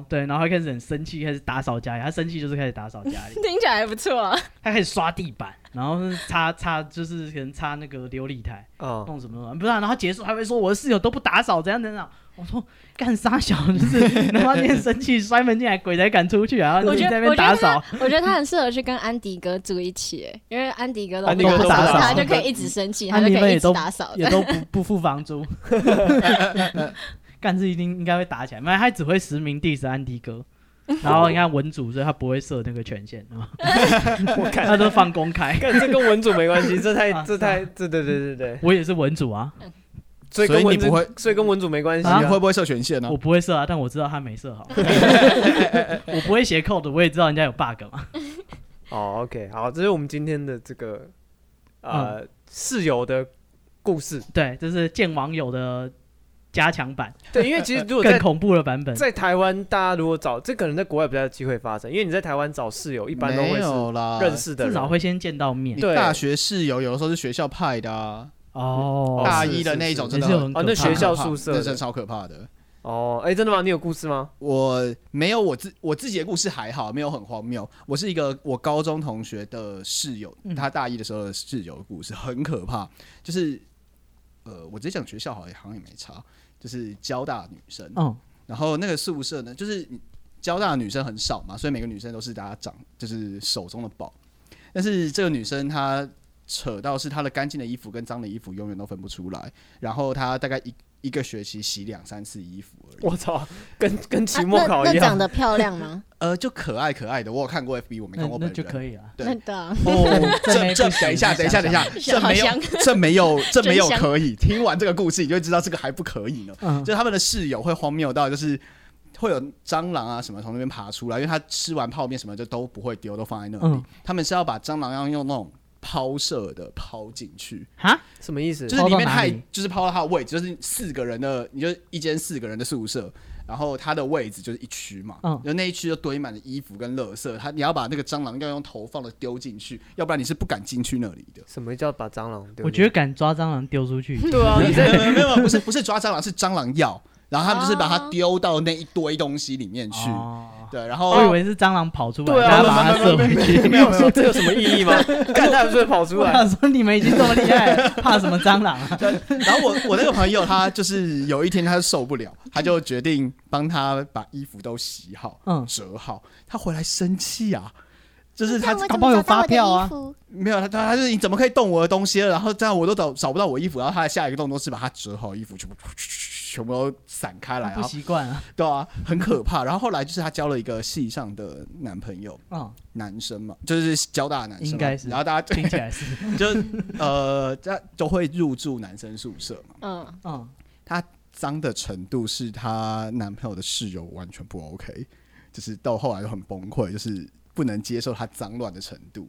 Speaker 2: 后对，然后他开始很生气，开始打扫家里，他生气就是开始打扫家里，
Speaker 3: 听起来还不错啊。
Speaker 2: 他开始刷地板，然后是擦擦就是可能擦那个琉璃台。
Speaker 1: 嗯，
Speaker 2: 弄什么弄，不是、啊，然后结束还会说我的室友都不打扫，怎样怎样。我说干啥小，就是
Speaker 1: *laughs*
Speaker 2: 他妈今天生气摔门进来，鬼才敢出去啊！然后
Speaker 3: 我
Speaker 2: 你
Speaker 3: 觉
Speaker 2: 在
Speaker 3: 得
Speaker 2: 那边打扫，
Speaker 3: 我觉得他很适合去跟安迪哥住一起耶，因为安迪哥
Speaker 1: 安迪哥
Speaker 3: 不
Speaker 2: 都不
Speaker 3: 打
Speaker 2: 打扫
Speaker 3: 他就可以一直生气，他
Speaker 2: *laughs* 安迪
Speaker 3: 就可
Speaker 2: 哥
Speaker 3: 以
Speaker 2: 也
Speaker 3: 一直
Speaker 2: 都
Speaker 3: 打扫。
Speaker 2: 也都不不付房租。 *laughs* 干这一定应该会打起来，没有他只会实名 diss 安迪哥。然后你看文主，所以他不会设那个权限，
Speaker 1: *laughs* 我看
Speaker 2: 他都放公开。
Speaker 1: 看这跟文组没关系，这太
Speaker 2: 啊
Speaker 1: 这太这对对对对，
Speaker 2: 我也是文主啊，
Speaker 1: 所以
Speaker 4: 所以
Speaker 1: 跟文
Speaker 4: 你
Speaker 1: 组
Speaker 4: 不会
Speaker 1: 所以跟文组没关系
Speaker 2: 啊
Speaker 4: 你
Speaker 1: 啊
Speaker 4: 会。不会设权限呢
Speaker 2: 我？不会设啊，但我知道他
Speaker 1: *laughs*
Speaker 2: 没设好。我不会写 code，我也知道人家有 bug 嘛。
Speaker 1: 哦，OK，好，这是我们今天的这个呃
Speaker 2: 嗯
Speaker 1: 室友的故事。
Speaker 2: 对，这是见网友的加强版。
Speaker 1: 对，因为其实如果
Speaker 2: 更
Speaker 1: 在
Speaker 2: 恐怖的版本。
Speaker 1: *laughs* 在台湾，大家如果找这可能在国外比较有机会发生，因为你在台湾找室友一般都
Speaker 4: 没
Speaker 1: 会是
Speaker 4: 有啊啦，
Speaker 1: 认识的
Speaker 2: 至
Speaker 1: 人，
Speaker 2: 少会先见到
Speaker 4: 你
Speaker 2: 面
Speaker 1: 对
Speaker 4: 大学室友有的时候是学校派的啊，
Speaker 2: 哦
Speaker 1: 是
Speaker 4: 大一的那一种
Speaker 1: 哦
Speaker 2: 也
Speaker 4: 真的
Speaker 2: 是有很
Speaker 4: 很
Speaker 2: 可怕
Speaker 1: 哦那学校
Speaker 4: 可怕
Speaker 1: 宿舍的
Speaker 4: 那真的超可怕的。
Speaker 1: 哦，哎、真的吗？你有故事吗？
Speaker 4: 我没有我自我自己的故事还好，没有很荒谬。我是一个我高中同学的室友，他大一的时候的室友的故事很可怕，就是呃，我直接讲学校好像好像也没差，就是交大女生，
Speaker 2: 嗯，
Speaker 4: 然后那个宿舍呢，就是交大的女生很少嘛，所以每个女生都是大家掌就是手中的宝，但是这个女生她扯到是她的干净的衣服跟脏的衣服永远都分不出来，然后她大概一一个学期洗两三次衣服而已。
Speaker 1: 我操， *laughs* 跟跟期
Speaker 3: 啊
Speaker 1: 末考
Speaker 3: 那
Speaker 1: 一
Speaker 3: 那长
Speaker 1: 样。
Speaker 3: 得漂
Speaker 1: *laughs*
Speaker 3: 亮吗？
Speaker 4: 呃，就可爱可爱的，我有看过 FB，我没看
Speaker 2: 那
Speaker 4: 过
Speaker 2: 那
Speaker 4: 本
Speaker 2: 就
Speaker 4: 人。
Speaker 2: 可以了。
Speaker 4: 对
Speaker 3: 那 *laughs* 对啊，
Speaker 4: 哦，
Speaker 2: 这没
Speaker 4: 这
Speaker 2: 不
Speaker 4: 这
Speaker 2: 行
Speaker 4: 等一下，
Speaker 2: 这
Speaker 4: 等一下，等一下，
Speaker 3: *laughs*
Speaker 4: 这
Speaker 3: 好
Speaker 4: 没有
Speaker 3: 香，
Speaker 4: 这
Speaker 3: *laughs*
Speaker 4: 没有，这没有
Speaker 3: 真香
Speaker 4: 可以。听完这个故事，你就会知道这个还不可以呢。
Speaker 2: 嗯
Speaker 4: 就是他们的室友会荒谬到，就是会有蟑螂啊什么从那边爬出来，因为他吃完泡面什么就都不会丢，都放在那里。
Speaker 2: 嗯，
Speaker 4: 他们是要把蟑螂要用那种抛射的抛进去，
Speaker 2: 哈，
Speaker 1: 什么意思？
Speaker 4: 就是里面
Speaker 2: 抛到哪
Speaker 4: 太
Speaker 2: 里
Speaker 4: 就是抛到他的位置，就是四个人的，你就一间四个人的宿舍，然后他的位置就是一区嘛，
Speaker 2: 嗯
Speaker 4: 就那一区就堆满了衣服跟垃圾，他你要把那个蟑螂要用投放的丢进去，要不然你是不敢进去那里的。
Speaker 1: 什么叫把蟑螂丢进去？
Speaker 2: 我觉得敢抓蟑螂丢出去，
Speaker 1: 对啊，你
Speaker 2: *laughs*
Speaker 4: 没有
Speaker 1: 在
Speaker 4: 没有没有，不是啊不是抓蟑螂，是蟑螂药，然后他们就是把它丢到那一堆东西里面去，
Speaker 2: 哦
Speaker 4: 对，然后
Speaker 2: 我以为是蟑螂跑出来，
Speaker 1: 对啊
Speaker 2: 然后把它射回去。
Speaker 1: 没有 *laughs* 说这有什么意义
Speaker 2: *laughs*
Speaker 1: 吗？干他不是跑出
Speaker 2: 我
Speaker 1: 来？
Speaker 2: 想说你们已经这么厉害了，怕什么蟑螂啊？
Speaker 4: 然后我我那个朋友他就是有一天他受不了，他就决定帮他把衣服都洗好，
Speaker 2: 嗯
Speaker 4: 折好。他回来生气啊，就是他
Speaker 5: 那我
Speaker 4: 搞
Speaker 5: 怎么
Speaker 4: 不好
Speaker 5: 找到
Speaker 4: 有发
Speaker 5: 我的
Speaker 4: 票
Speaker 5: 衣
Speaker 4: 啊，
Speaker 5: 服？
Speaker 4: 没有他他他就是你怎么可以动我的东西了？然后这样我都找找不到我衣服，然后他的下一个动作是把他折好衣服全部全部都散开来
Speaker 2: 不
Speaker 4: 啊，
Speaker 2: 习惯啊。
Speaker 4: 对啊，很可怕。然后后来就是他交了一个系上的男朋友，
Speaker 2: 嗯，
Speaker 4: 男生嘛，就是交大的男生嘛，
Speaker 2: 应该是
Speaker 4: 然后大家
Speaker 2: *laughs* 听起来是，
Speaker 4: 就呃，大家都会入住男生宿舍嘛。
Speaker 3: 嗯，
Speaker 2: 嗯，
Speaker 4: 脏的程度是她男朋友的室友完全不 OK，就是到后来就很崩溃，就是不能接受她脏乱的程度，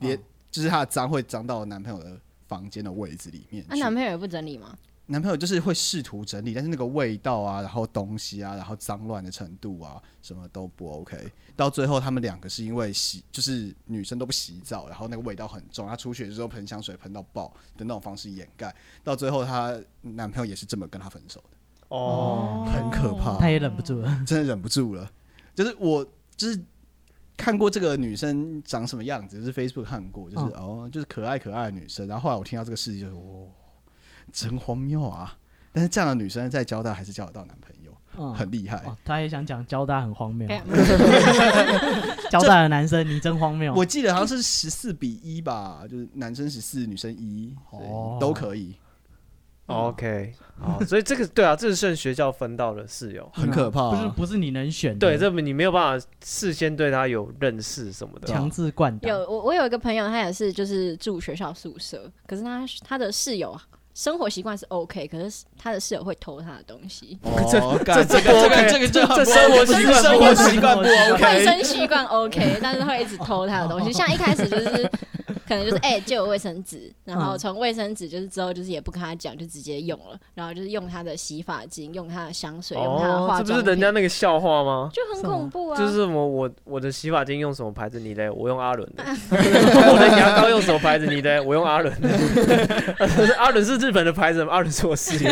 Speaker 4: 连、
Speaker 2: 哦
Speaker 4: 就是她的脏会脏到男朋友的房间的位置里面
Speaker 3: 那
Speaker 4: 去。
Speaker 3: 啊男朋友也不整理吗？
Speaker 4: 男朋友就是会试图整理，但是那个味道啊，然后东西啊，然后脏乱的程度啊，什么都不 OK。到最后，他们两个是因为洗，就是女生都不洗澡，然后那个味道很重，她出去的时候喷香水喷到爆的那种方式掩盖。到最后，她男朋友也是这么跟她分手的，
Speaker 1: 哦，
Speaker 4: 很可怕。
Speaker 2: 他也忍不住了。
Speaker 4: 真的忍不住了。就是我就是看过这个女生长什么样子，就是 Facebook 看过，就是、哦，就是可爱可爱的女生。然后后来我听到这个事情，就是哦，真荒谬啊！但是这样的女生在交大还是交得到男朋友，
Speaker 2: 嗯，
Speaker 4: 很厉害。
Speaker 2: 哦，他也想讲交大很荒谬
Speaker 4: *laughs*
Speaker 3: 哎，呀，
Speaker 2: 交大的男生你真荒谬。
Speaker 4: 我记得好像是十四比一吧，就是男生十四，女生一、
Speaker 2: 哦
Speaker 4: 都可以，
Speaker 1: OK，好，所以这个对啊，这是剩学校分到的室友。
Speaker 4: 很可
Speaker 2: 嗯
Speaker 4: 怕、
Speaker 2: 不是
Speaker 4: 啊。
Speaker 2: 不是你能选的，
Speaker 1: 对，这你没有办法事先对他有认识什么的。
Speaker 2: 强制灌
Speaker 3: 有
Speaker 2: 打。
Speaker 3: 我我有一个朋友，他也是就是住学校宿舍，可是他他的室友生活习惯是 OK，可是他的室友会偷他的东西，
Speaker 4: 哦，干
Speaker 1: 这
Speaker 4: 这
Speaker 1: 这
Speaker 4: 个
Speaker 1: 这
Speaker 4: 这个
Speaker 1: 这
Speaker 4: 这
Speaker 1: 生活习惯
Speaker 4: 生
Speaker 1: 不
Speaker 4: 活
Speaker 1: OK
Speaker 4: 习惯不
Speaker 3: 卫
Speaker 4: OK。
Speaker 3: 生习惯
Speaker 1: *laughs*
Speaker 3: OK，但是会一直偷他的东西。像一开始就是可能就是哎、借我卫生纸，然
Speaker 1: 嗯
Speaker 3: 后从卫生纸就是之后就是也不跟他讲，就直接用了，然后就是用他的洗发精，用他的香水，用他的
Speaker 1: 哦，
Speaker 3: 化
Speaker 1: 这
Speaker 3: 妆
Speaker 1: 不
Speaker 3: 品，
Speaker 1: 是人家那个笑话吗？
Speaker 3: 就很恐怖啊！
Speaker 1: 就是我我我的洗发精用什么牌子？你嘞？我用阿伦的。*laughs*
Speaker 3: *laughs*
Speaker 1: 我的牙膏用什么牌子？你嘞？我用阿伦的。 *laughs* 阿伦是日本的牌子吗，阿伦是我
Speaker 4: *laughs*
Speaker 1: 室友。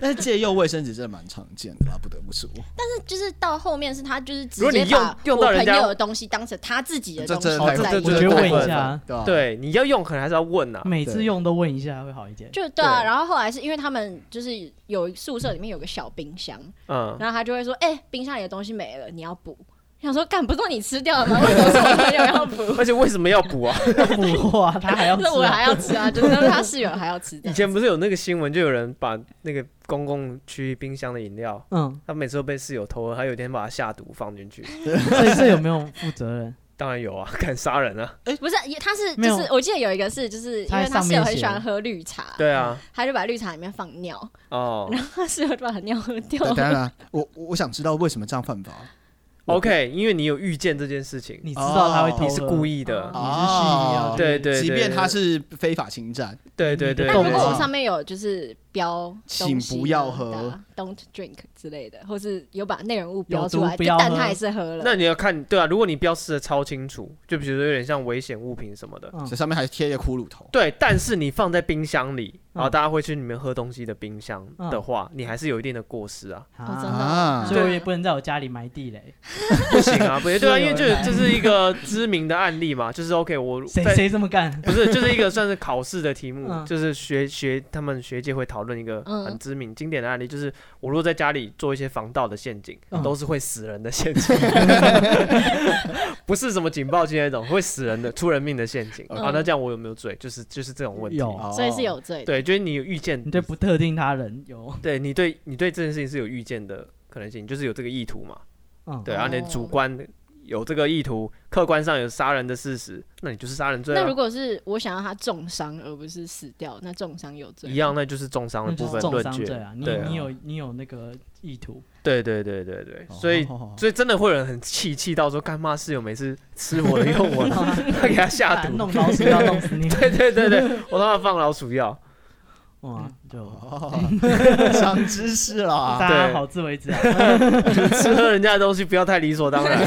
Speaker 4: 但是借用卫生纸真的蛮常见的啦，不得不说。
Speaker 3: 就是到后面是他就是直
Speaker 1: 如果
Speaker 3: 接
Speaker 1: 你用
Speaker 3: 把
Speaker 1: 用
Speaker 3: 我
Speaker 1: 到
Speaker 3: 朋
Speaker 1: 人家
Speaker 3: 友的东西当成他自己的
Speaker 4: 这
Speaker 3: 东西
Speaker 4: 真的
Speaker 1: 哦
Speaker 4: 太
Speaker 1: 这
Speaker 3: 在
Speaker 1: 这
Speaker 3: 用，
Speaker 1: 这
Speaker 2: 我觉得
Speaker 1: 太
Speaker 2: 问
Speaker 1: 过
Speaker 2: 一下
Speaker 4: 分了，对吧？
Speaker 1: 对，你要用可能还是要问啊。
Speaker 2: 每次用都问一下会好一点。
Speaker 3: 就对啊。
Speaker 1: 对
Speaker 3: 然后后来是因为他们就是有宿舍里面有个小冰箱，
Speaker 1: 嗯，
Speaker 3: 然后他就会说：“哎、冰箱里的东西没了，你要补。”想说，干不是说你吃掉了吗？为什么是我朋友
Speaker 1: *laughs*
Speaker 3: 要补？
Speaker 1: 而且为什么要补啊？
Speaker 2: 不过
Speaker 1: *laughs*
Speaker 2: 啊，他还要吃
Speaker 3: 那我
Speaker 2: 啊。
Speaker 3: 还要吃啊，就是他室友还要吃的
Speaker 1: 以。前不是有那个新闻，就有人把那个公共区冰箱的饮料，
Speaker 2: 嗯，
Speaker 1: 他每次都被室友偷喝，他有一天把它下毒放进去。
Speaker 2: *laughs* 所以这有没有负责任？
Speaker 1: 当然有啊， *laughs* 敢杀人啊！
Speaker 3: 不是，也他是
Speaker 2: 没
Speaker 3: 就
Speaker 2: 有
Speaker 3: 是，我记得有一个是，就是因
Speaker 2: 他
Speaker 3: 为
Speaker 2: 在
Speaker 3: 他
Speaker 2: 上面
Speaker 3: 室友很喜
Speaker 2: 写
Speaker 3: 欢喝绿茶，
Speaker 1: 对啊，
Speaker 3: 他就把绿茶里面放尿，
Speaker 1: *laughs* 哦
Speaker 3: 然后他室友就把他尿喝掉了。
Speaker 4: 当然啦，啊我我我想知道为什么这样犯法。
Speaker 1: ，OK，因为你有预见这件事情，
Speaker 2: 你知道他会偷，
Speaker 1: 你是故
Speaker 2: 意，
Speaker 1: 意的
Speaker 3: 哦，
Speaker 2: 你是蓄意要
Speaker 4: 哦
Speaker 2: 去
Speaker 1: 对对
Speaker 4: 即便他是非法侵占，
Speaker 1: 对对
Speaker 2: 你的
Speaker 1: 对
Speaker 2: 动
Speaker 3: 那
Speaker 1: 对
Speaker 3: 如果
Speaker 4: 作
Speaker 3: 我上面有就是标
Speaker 4: 请
Speaker 3: 东西
Speaker 4: 不要
Speaker 3: 的
Speaker 4: 喝
Speaker 3: 啊，Don't drink 之类的，或是有把内容物标
Speaker 2: 有
Speaker 3: 出
Speaker 2: 毒
Speaker 3: 来，
Speaker 2: 不
Speaker 3: 就
Speaker 2: 要
Speaker 3: 但
Speaker 2: 喝
Speaker 3: 他还是喝了。
Speaker 1: 那你要看对啊，如果你标示的超清楚，就比如说有点像危险物品什么的，
Speaker 2: 嗯
Speaker 4: 这上面还贴一个骷髅头，
Speaker 1: 对，但是你放在冰箱里，然后
Speaker 2: 嗯
Speaker 1: 大家会去里面喝东西的冰箱的话，你还是有一定的过失啊，
Speaker 3: 哦，真
Speaker 2: 啊，
Speaker 3: 的
Speaker 4: 啊
Speaker 3: 哦，
Speaker 2: 所以我也不能在我家里埋地雷。
Speaker 1: 不行啊，不对对啊，因为这
Speaker 2: 是有人
Speaker 1: 这是一个知名的案例嘛，就是 OK，我
Speaker 2: 谁
Speaker 1: 在
Speaker 2: 谁这么干？
Speaker 1: *laughs* 不是就是一个算是考试的题目，
Speaker 2: 嗯
Speaker 1: 就是学学他们学界会讨论一个
Speaker 3: 嗯
Speaker 1: 很知名经典的案例，就是我如果在家里做一些防盗的陷阱，
Speaker 2: 嗯
Speaker 1: 都是会死人的陷阱， *laughs* 不是什么警报器那种会死人的出人命的陷阱、
Speaker 3: 嗯
Speaker 1: 啊，那这样我有没有罪？就是就是这种问题。
Speaker 2: 有
Speaker 4: 哦
Speaker 3: 所以是有罪的。
Speaker 1: 对，就是你有预见
Speaker 2: 你对不特定他人有，
Speaker 1: 对你对你对这件事情是有预见的可能性，就是有这个意图嘛？
Speaker 2: 嗯，
Speaker 1: 对，然后你的
Speaker 3: 哦
Speaker 1: 主观有这个意图，客观上有杀人的事实，那你就是杀人罪、啊。
Speaker 3: 那如果是我想要他重伤而不是死掉，那重伤有罪吗
Speaker 1: 一样，那就是重伤的
Speaker 2: 那
Speaker 1: 部
Speaker 2: 就是
Speaker 1: 分
Speaker 2: 重
Speaker 1: 论
Speaker 2: 伤
Speaker 1: 决
Speaker 2: 罪啊！你
Speaker 1: 对啊
Speaker 2: 你有你有那个意图，
Speaker 1: 对对对对对，
Speaker 4: 哦
Speaker 1: 所以
Speaker 4: 好好好
Speaker 1: 所以真的会有人很气，气到说干妈室友每次吃我
Speaker 2: *laughs*
Speaker 1: 的用我的， *laughs* 他给他下
Speaker 2: 啊
Speaker 1: 毒。
Speaker 2: 弄老鼠要弄
Speaker 1: *laughs*
Speaker 2: 死你，
Speaker 1: 对对对对，我让他放老鼠药。 *laughs*
Speaker 2: 哇，
Speaker 1: 嗯
Speaker 2: 就
Speaker 1: 啊
Speaker 4: 哦长知识啦，
Speaker 1: *laughs*
Speaker 2: 大家好自为之啊！
Speaker 1: 吃喝人家的东西不要太理所当
Speaker 3: *laughs*
Speaker 1: 然。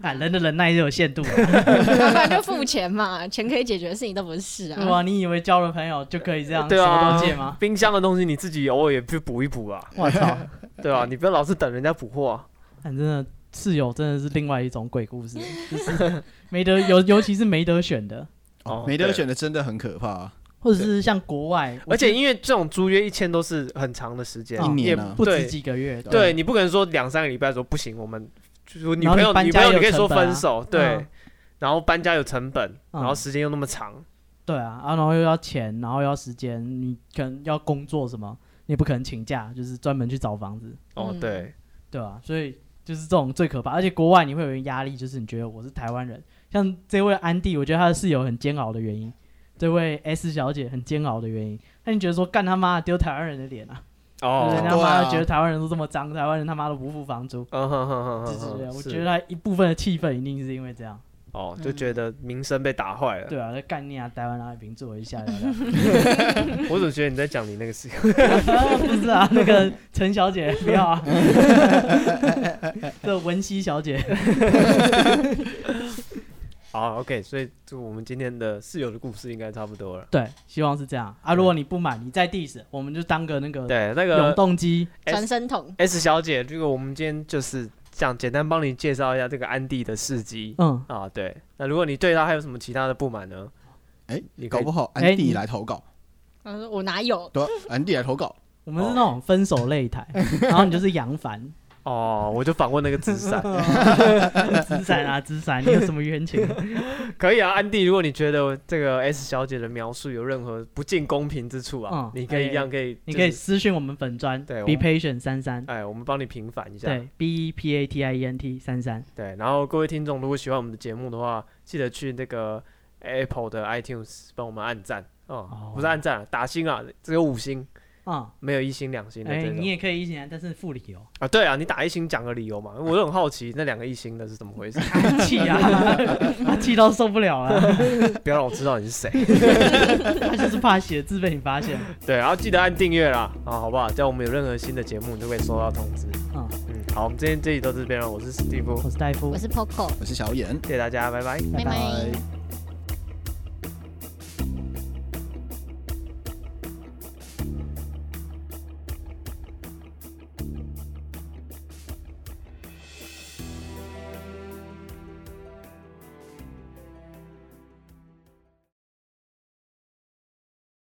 Speaker 2: 啊，人的忍耐是有限度
Speaker 1: *laughs*
Speaker 2: 的，
Speaker 3: 要不然就付钱嘛， *laughs* 钱可以解决的事情都不是事啊。
Speaker 2: 哇！你以为交了朋友就可以这样什
Speaker 1: 对
Speaker 2: 么
Speaker 1: 啊
Speaker 2: 都戒吗？，
Speaker 1: 冰箱的东西你自己偶尔也去补一补啊，
Speaker 2: 我操！
Speaker 4: 哦
Speaker 1: 对啊，你不要老是等人家补货啊。
Speaker 2: 但真的室友真的是另外一种鬼故事，就是 *laughs* 没得尤尤其是没得选的，
Speaker 1: 哦
Speaker 4: 没得
Speaker 1: 对
Speaker 4: 选的真的很可怕，啊
Speaker 2: 或者是像国外，我
Speaker 1: 而且
Speaker 2: 记
Speaker 1: 因为这种租约一签都是很长的时间，
Speaker 2: 一
Speaker 1: 也
Speaker 4: 年啊
Speaker 2: 得不止
Speaker 1: 对
Speaker 2: 几个月，
Speaker 1: 对你不可能说两三个礼拜说不行，我们就是女
Speaker 2: 然后
Speaker 1: 朋
Speaker 2: 你
Speaker 1: 友
Speaker 2: 搬
Speaker 1: 女
Speaker 2: 家
Speaker 1: 朋友
Speaker 2: 也
Speaker 1: 你可以
Speaker 2: 有
Speaker 1: 说
Speaker 2: 成本啊
Speaker 1: 分手，对
Speaker 2: 嗯，
Speaker 1: 然后搬家有成本，
Speaker 2: 嗯
Speaker 1: 然后时间又那么长，
Speaker 2: 对啊，啊，然后又要钱，然后又要时间，你可能要工作什么，你也不可能请假，就是专门去找房子，
Speaker 1: 哦
Speaker 3: 嗯
Speaker 1: 对，
Speaker 2: 对啊，所以就是这种最可怕，而且国外你会有一个压力，就是你觉得我是台湾人，像这位安迪，我觉得他的室友很煎熬的原因，这位 S 小姐很煎熬的原因，那你觉得说干他妈的丢台湾人的脸啊，就是人
Speaker 1: 哦，
Speaker 2: 家妈
Speaker 4: 对
Speaker 2: 的
Speaker 4: 啊
Speaker 2: 觉得台湾人都这么脏，台湾人他妈都不付房租，
Speaker 1: 嗯哼哼哼
Speaker 2: 对
Speaker 1: 哼
Speaker 2: 对对，
Speaker 1: 哼，
Speaker 2: 我
Speaker 1: 是
Speaker 2: 觉得他一部分的气氛一定是因为这样，
Speaker 1: 哦，就觉得名声被打坏了。
Speaker 2: 对啊，那干你啊，台湾人平坐一下聊聊，
Speaker 1: 我总觉得你在讲你那个事情， *laughs*
Speaker 2: 不是啊， *laughs* 那个陈小姐不要啊， *laughs* 这文熙小姐，
Speaker 1: 好，OK，所以就我们今天的室友的故事应该差不多了。
Speaker 2: 对，希望是这样啊，如果你不满，你再 diss，我们就当个那个
Speaker 1: 对，那
Speaker 2: 呃永
Speaker 1: 个
Speaker 2: 动机。
Speaker 1: 哎
Speaker 3: 传声筒
Speaker 1: S 小姐，这个我们今天就是这样简单帮你介绍一下这个安迪的事迹
Speaker 2: 嗯，
Speaker 1: 啊。对，那如果你对他还有什么其他的不满呢？
Speaker 4: 哎，
Speaker 1: 你可
Speaker 4: 搞
Speaker 1: 以
Speaker 4: 不好
Speaker 2: 哎
Speaker 4: 安
Speaker 2: 你
Speaker 4: 迪来投稿，
Speaker 3: 他说我哪有？
Speaker 4: 对啊，安迪来投稿，
Speaker 2: 我们是那种分手擂台，然后你就是杨 *laughs* 凡，
Speaker 1: 哦，我就访问那个纸伞。
Speaker 2: 资产啊资产，你有什么冤情？
Speaker 1: *laughs* 可以啊，安迪，如果你觉得这个 S 小姐的描述有任何不尽公平之处啊，
Speaker 2: 嗯
Speaker 1: 你可以
Speaker 2: 哎
Speaker 1: 一样可以，
Speaker 2: 你
Speaker 1: 就
Speaker 2: 可以
Speaker 1: 是，
Speaker 2: 私讯我们粉专
Speaker 1: 对我
Speaker 2: ，be patient 三三，
Speaker 1: 哎，我们帮你平反一下。
Speaker 2: 对，b e p a t i e n t 三三，
Speaker 1: 对，然后各位听众，如果喜欢我们的节目的话，记得去那个 Apple 的 iTunes 帮我们按赞哦
Speaker 2: 哦，
Speaker 1: 不是按赞啊，打星啊，只有五星，
Speaker 2: 啊，
Speaker 1: 没有一星两星的
Speaker 2: 哎，
Speaker 1: 这
Speaker 2: 你
Speaker 1: 种
Speaker 2: 也可以一起来，但是副理哦 *laughs* 由，
Speaker 1: 啊。对啊，你打一星讲个理由嘛，我都很好奇那两个一星的是怎么回
Speaker 2: *laughs*
Speaker 1: 事，
Speaker 2: 气啊，他气到受不了了。
Speaker 1: 不要让我知道你是谁。
Speaker 2: 他就是怕写字被你发现。
Speaker 1: 对，然后记得按订阅啦啊，好不好？这样我们有任何新的节目，你都可以收到通知。
Speaker 2: 嗯，
Speaker 1: 嗯，好，我们今天这里到这边了，我是史蒂夫
Speaker 2: 我，是戴夫
Speaker 3: 我，是 Poco，
Speaker 4: 我是小眼。
Speaker 1: 谢谢大家，拜拜。
Speaker 2: 拜拜。
Speaker 3: 拜拜
Speaker 4: 拜。